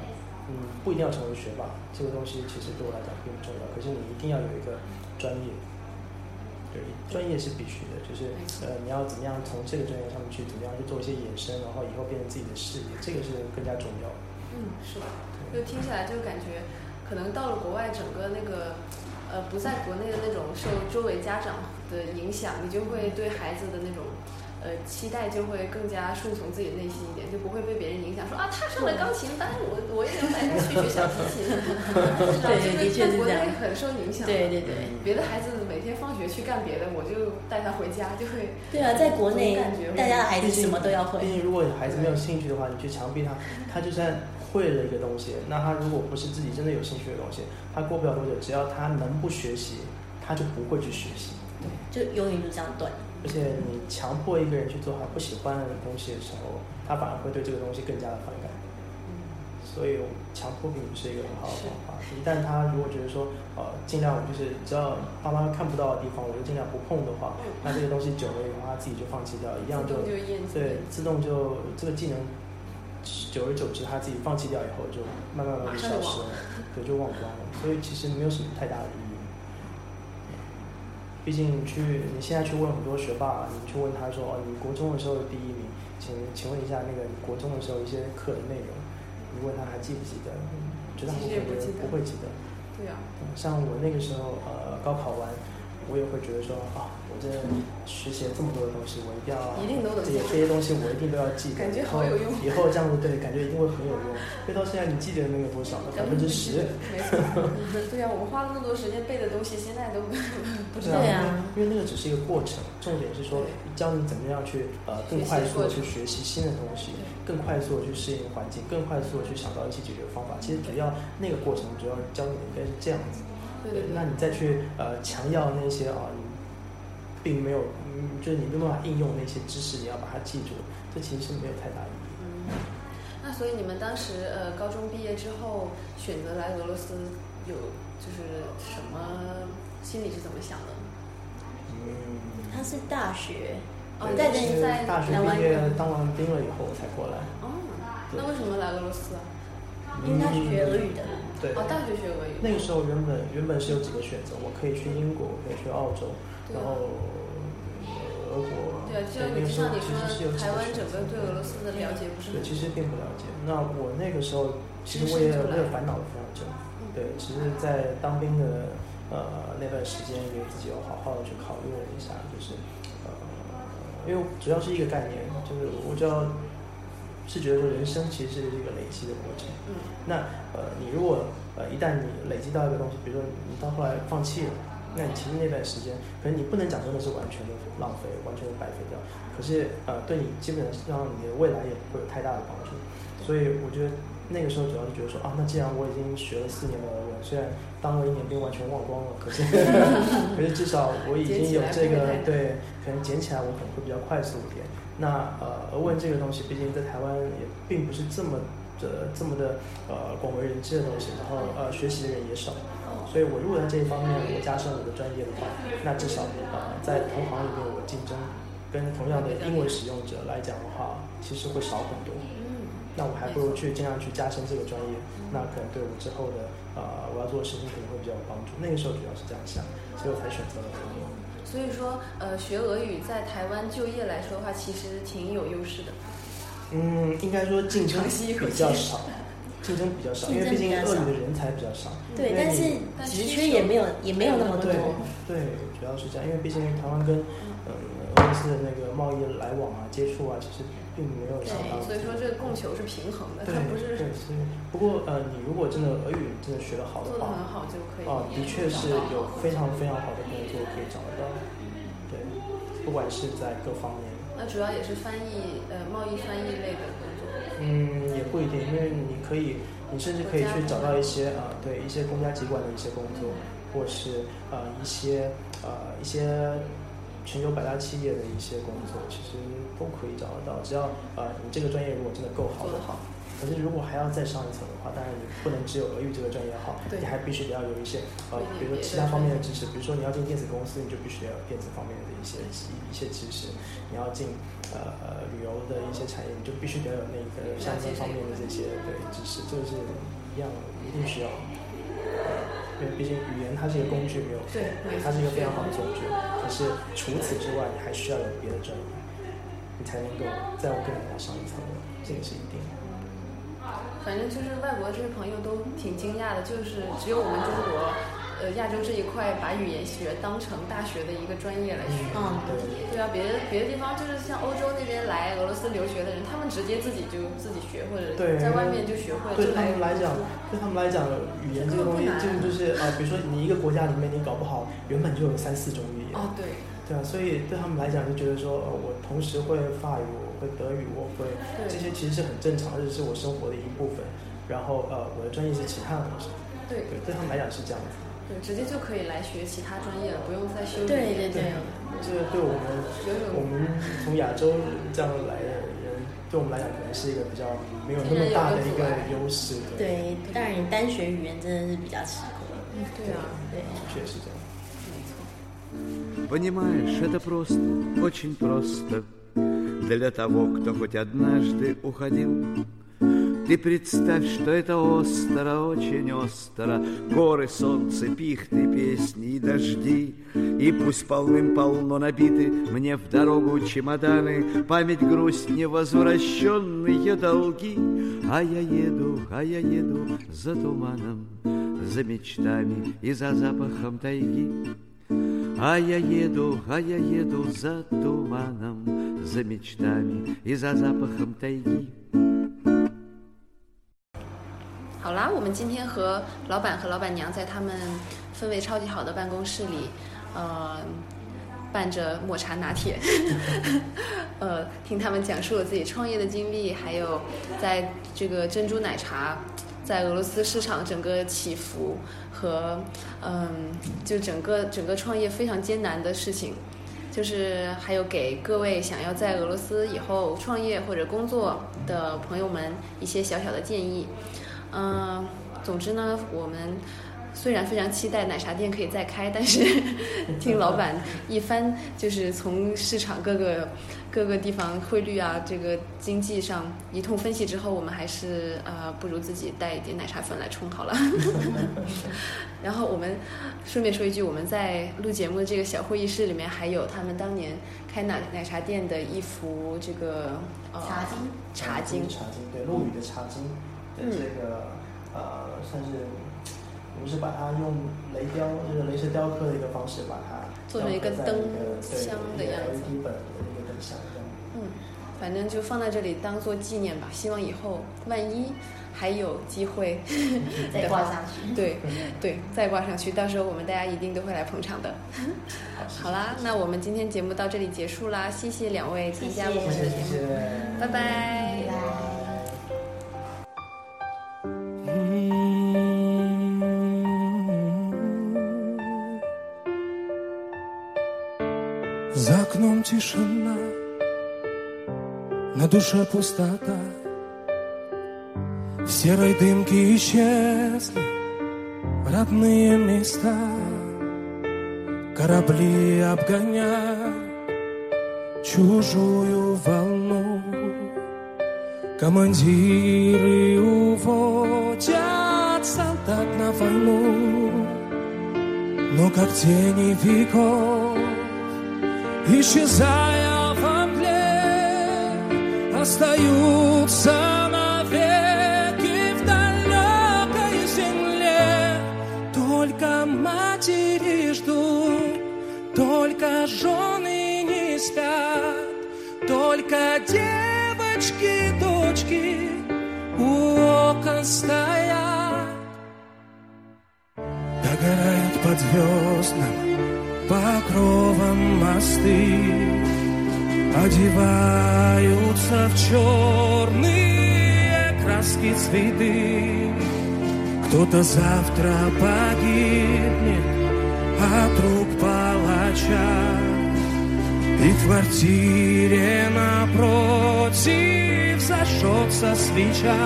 Speaker 3: 嗯，不一定要成为学霸，这个东西其实对我来讲并不重要，可是你一定要有一个专业。对，专业是必须的，就是呃，你要怎么样从这个专业上面去，怎么样去做一些衍生，然后以后变成自己的事业，这个是更加重要的。
Speaker 2: 嗯，是吧？就听起来就感觉，可能到了国外，整个那个，呃，不在国内的那种受周围家长的影响，你就会对孩子的那种，呃，期待就会更加顺从自己内心一点，就不会被别人影响，说啊，他上了钢琴班，我我也能来这儿去学小提 琴。是吧
Speaker 4: 对对的确是
Speaker 2: 就国
Speaker 4: 这样
Speaker 2: 内很受影响。
Speaker 4: 对对对。
Speaker 2: 别的孩子每天放学去干别的，我就带他回家，就会
Speaker 4: 对啊，在国内
Speaker 2: 我感觉会
Speaker 4: 大家的孩子
Speaker 3: 毕竟
Speaker 4: 什么都要会
Speaker 3: 毕，竟如果孩子没有兴趣的话，你去强逼他，他就算会了一个东西，那他如果不是自己真的有兴趣的东西，他过不了多久，只要他能不学习，他就不会去学习。
Speaker 4: 就永远就这样断。
Speaker 3: 而且你强迫
Speaker 2: 嗯
Speaker 3: 一个人去做他不喜欢的东西的时候，他反而会对这个东西更加的反感。所以强迫并不是一个很好的方法。一旦他如果觉得说，呃，尽量我就是只要爸妈看不到的地方，我就尽量不碰的
Speaker 4: 嗯
Speaker 3: 话，那这个东西久了以后，他自己就放弃掉，一样就
Speaker 2: 自动就厌倦
Speaker 3: 对，自动就这个技能，久而久之他自己放弃掉以后，就慢慢慢慢就消
Speaker 2: 马上就
Speaker 3: 失 了，对，就忘光了。所以其实没有什么太大的意义。毕竟你去，你现在去问很多学霸，你去问他说，哦，你国中的时候第一名，请请问一下那个你国中的时候一些课的内容，你问他还记不记得？绝大部分
Speaker 2: 其实也不记
Speaker 3: 人
Speaker 2: 得
Speaker 3: 不会记得。
Speaker 2: 对啊，
Speaker 3: 嗯像我那个时候，呃，高考完，我也会觉得说啊，我这学习了这么多的东西，我一定要
Speaker 2: 一定都能
Speaker 3: 这
Speaker 2: 记
Speaker 3: 些
Speaker 2: 住
Speaker 3: 这些东西我一定都要记得，
Speaker 2: 感觉
Speaker 3: 然
Speaker 2: 好
Speaker 3: 后
Speaker 2: 有用
Speaker 3: 以后这样子对，感觉一定会很有用。背到现在你记得那个多少呢？百分之十。
Speaker 2: 没错，对啊，我们花了那么多时间背的东西，现在都不知
Speaker 3: 对
Speaker 2: 道。
Speaker 3: 啊，因为因为那个只是一个过程，重点是说教你怎么样去呃更
Speaker 2: 学习
Speaker 3: 快速
Speaker 2: 过
Speaker 3: 的
Speaker 2: 程
Speaker 3: 去学习新的东西，更快速的去适应环境，更快速的去想到一些解决方法。其实主要那个过程主要教你的应该是这样子。
Speaker 2: 对对对
Speaker 3: 那你再去呃强要那些啊、你并没有，嗯，就是你没有办法应用那些知识，你要把它记住，这其实是没有太大意义。
Speaker 2: 嗯那所以你们当时呃高中毕业之后选择来俄罗斯，有就是什么心里是怎么想的？
Speaker 3: 嗯，
Speaker 4: 他是大学，
Speaker 2: 哦
Speaker 3: 对
Speaker 2: 在
Speaker 3: 我是
Speaker 2: 在
Speaker 3: 大学
Speaker 2: 台湾
Speaker 3: 毕业
Speaker 2: 吗
Speaker 3: 当完兵了以后我才过来。
Speaker 2: 哦，
Speaker 3: 对
Speaker 2: 那为什么来俄罗斯啊？
Speaker 4: 因为他是学俄语的。
Speaker 3: 嗯对。
Speaker 2: 哦，大学学俄语。
Speaker 3: 那个时候原本原本是有几个选择，我可以去英国，我可以去澳洲，
Speaker 2: 对啊
Speaker 3: 然后呃俄国。
Speaker 2: 对啊，就像
Speaker 3: 那
Speaker 2: 你
Speaker 3: 个
Speaker 2: 就
Speaker 3: 时候
Speaker 2: 像你
Speaker 3: 其实是有
Speaker 2: 说，
Speaker 3: 几
Speaker 2: 台湾
Speaker 3: 选
Speaker 2: 整
Speaker 3: 择
Speaker 2: 个对俄罗斯的了解不是
Speaker 3: 对，
Speaker 2: 很
Speaker 3: 其实并不了解。那我那个时候，其实
Speaker 2: 其实
Speaker 3: 我也
Speaker 2: 是出
Speaker 3: 我
Speaker 2: 来嗯
Speaker 3: 也烦恼了非常久。对，其实，在当兵的呃那段时间，也自己有好好的去考虑了一下，就是呃，因为主要是一个概念，就是我只要是觉得说人生其实是一个累积的过程。
Speaker 2: 嗯，
Speaker 3: 那呃，你如果呃一旦你累积到一个东西，比如说你到后来放弃了，那你其实那段时间，可能你不能讲真的是完全的浪费，完全的白费掉，可是呃，对你基本上你的未来也不会有太大的帮助。所以我觉得那个时候主要是觉得说啊，那既然我已经学了四年的俄文，虽然当了一年兵完全忘光了，可是 可是至少我已经有
Speaker 2: 捡起来不会
Speaker 3: 这个
Speaker 2: 太难
Speaker 3: 对，可能捡起来我可能会比较快速一点。那呃，俄文这个东西，毕竟在台湾也并不是这么的这么的呃广为人知的东西，然后呃学习的人也少，所以我如果在这一方面我加上我的专业的话，那至少呃在同行里面我竞争跟同样的英文使用者来讲的话，其实会少很多。那我还不如去尽量去加深这个专业，那可能对我之后的呃我要做的事情可能会比较有帮助。那个时候主要是这样想，所以我才选择了俄文。
Speaker 2: 所以说呃学俄语在台湾就业来说的话，其实挺有优势的。
Speaker 3: 嗯，应该说竞争
Speaker 2: 长吸一口
Speaker 3: 比
Speaker 2: 气
Speaker 3: 较少，竞争比较少，因为毕竟
Speaker 4: 竞争比较
Speaker 3: 俄
Speaker 4: 少
Speaker 3: 语的人才比较少。
Speaker 4: 嗯对，
Speaker 3: 因为
Speaker 4: 但是
Speaker 3: 你
Speaker 4: 职缺也没有也没有那么多
Speaker 3: 对。对，主要是这样，因为毕竟台湾跟呃俄罗斯的那个贸易来往啊、接触啊，其实并没有相当。
Speaker 2: 对，所以说这个供求是平衡的，
Speaker 3: 对
Speaker 2: 它不是
Speaker 3: 对，所以不过呃，你如果真的俄语真的学得好
Speaker 2: 做
Speaker 3: 的
Speaker 2: 的
Speaker 3: 话，
Speaker 2: 很好就可以。
Speaker 3: 哦，的确是有非常非常好的工作可以找得到，对，不管是在各方面，
Speaker 2: 那主要也是翻译呃贸易翻译类的工作。
Speaker 3: 嗯，也不一定，因为你可以，你甚至可以去找到一些啊、呃对一些公家机关的一些工作，或是呃一些呃一些全球百大企业的一些工作，其实都可以找得到，只要呃你这个专业如果真的够好的话。可是，如果还要再上一层的话，当然你不能只有俄语这个专业好，
Speaker 2: 对
Speaker 3: 你还必须得要有一些
Speaker 2: 会
Speaker 3: 呃
Speaker 2: 一，
Speaker 3: 比
Speaker 2: 点
Speaker 3: 如说
Speaker 2: 别
Speaker 3: 其
Speaker 2: 的
Speaker 3: 他方
Speaker 2: 专业
Speaker 3: 面的知识，比如说你要进电子公司，你就必须要有电子方面的一些一一些知识；你要进呃旅游的一些产业，你就必须得有那个相关方面的这些对知识，这个是一样的，一定需要的。因为毕竟语言它是一个工具，没有错
Speaker 2: 对没错
Speaker 3: 它是一个非常好的工具。可是除此之外，你还需要有别的专业，你才能够再往更往上一层楼，这个是一定的。
Speaker 2: 反正就是外国这些朋友都挺惊讶的，就是只有我们中国，呃，亚洲这一块把语言学当成大学的一个专业来学。
Speaker 4: 嗯，
Speaker 3: 对，
Speaker 2: 对啊，别的别的地方就是像欧洲那边来俄罗斯留学的人，他们直接自己就自己学，或者
Speaker 3: 对
Speaker 2: 在外面就学会了，
Speaker 3: 对
Speaker 2: 就
Speaker 3: 他们来讲，对他们来讲，语言这个东
Speaker 2: 这根本不
Speaker 3: 西
Speaker 2: 难啊
Speaker 3: 基本就是啊、呃比如说你一个国家里面你搞不好，原本就有三四种语言，
Speaker 2: 哦，对，
Speaker 3: 对啊，所以对他们来讲就觉得说，呃，我同时会法语，我会德语，我会
Speaker 2: 对
Speaker 3: 这些其实是很正常，这是我生活的一部分。然后呃，我的专业是其他的东西，
Speaker 2: 对
Speaker 3: 对，对他们来讲是这样子。
Speaker 2: 对，直接就可以来学其他专业了，不用再修语
Speaker 4: 对
Speaker 2: 言。啊
Speaker 4: 对对，
Speaker 3: 这个对我们
Speaker 2: 有一种
Speaker 3: 我们从亚洲这样来的人对我们来讲可能是一个比较没有那么大的一个优势。对，
Speaker 4: 对，当然你单学语言真的是比较吃亏。
Speaker 6: 对啊，
Speaker 4: 对，
Speaker 3: 确实这样。
Speaker 1: Понимаешь, это просто, очень просто Для того, кто хоть однажды уходил Ты представь, что это остро, очень остро Горы, солнце, пихты, песни и дожди И пусть полным-полно набиты мне в дорогу чемоданы Память, грусть, невозвращенные долги А я еду, а я еду за туманом За мечтами и за запахом тайги а я еду, а я еду за туманом, за мечтами и за запахом тайги.
Speaker 2: 好啦，我们今天和老板和老板娘在他们氛围超级好的办公室里，呃，伴着抹茶拿铁， 呃，听他们讲述了自己创业的经历，还有在这个珍珠奶茶在俄罗斯市场整个起伏和嗯、就整个整个创业非常艰难的事情。就是还有给各位想要在俄罗斯以后创业或者工作的朋友们一些小小的建议。嗯，总之呢，我们虽然非常期待奶茶店可以再开，但是听老板一番就是从市场各个各个地方汇率啊，这个经济上一通分析之后，我们还是呃不如自己带一点奶茶粉来冲好了。 然后我们顺便说一句，我们在录节目的这个小会议室里面，还有他们当年开奶奶茶店的一幅这个、呃、
Speaker 4: 茶经
Speaker 2: 茶经，
Speaker 3: 茶经，对，陆羽的茶经的这个、呃，算是我们是把它用雷雕，就是镭射雕刻的一个方式把它
Speaker 2: 做成一个
Speaker 3: 雕刻在
Speaker 2: 灯
Speaker 3: 一个
Speaker 2: 箱的
Speaker 3: 对一个
Speaker 2: 样子
Speaker 3: LED 本的一个灯箱这样。
Speaker 2: 嗯，反正就放在这里当做纪念吧。希望以后万一还有机会
Speaker 4: 再
Speaker 2: 的
Speaker 4: 挂
Speaker 2: 话
Speaker 4: 上去。
Speaker 2: 对对，再挂上去，到时候我们大家一定都会来捧场的。好啦，那我们今天节目到这里结束啦，谢谢两位参加我们
Speaker 3: 谢谢
Speaker 2: 的节
Speaker 3: 谢
Speaker 2: 目，
Speaker 3: 谢。
Speaker 2: 拜拜
Speaker 4: 拜拜。
Speaker 7: За окном тишина, на душе пустота. В серой дымке исчезли родные места. Корабли обгоняют чужую волну. Командиры уводят солдат на войну. Но как тени веков Исчезая во мгле Остаются навеки в далекой земле Только матери ждут Только жены не спят Только девочки, дочки У окон стоят Догорают под звездным покровом мосты Одеваются в черные краски цветы Кто-то завтра погибнет от рук палача И в квартире напротив зажжется свеча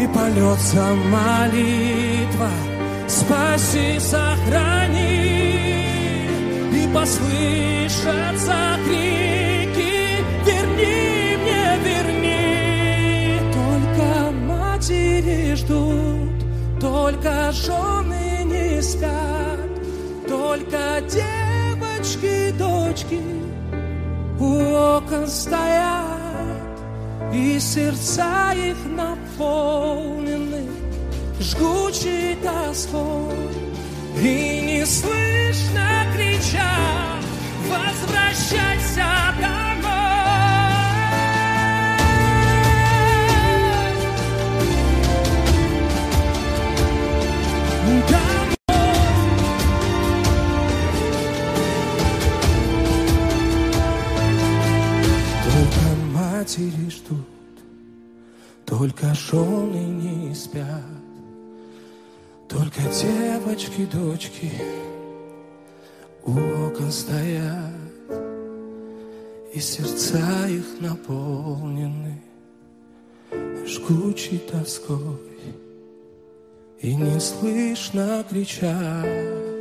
Speaker 7: и польется молитва Спаси, сохрани И послышатся крики Верни мне, верни Только матери ждут Только жены не спят Только девочки, дочки У окон стоят и сердца их наполнены жгучей тоской. И не слышно крича «Возвращайся домой!» Домой! Только матери ждут, только жены не спят, Только девочки, дочки у окон стоят, И сердца их наполнены жгучей тоской, И не слышно кричат.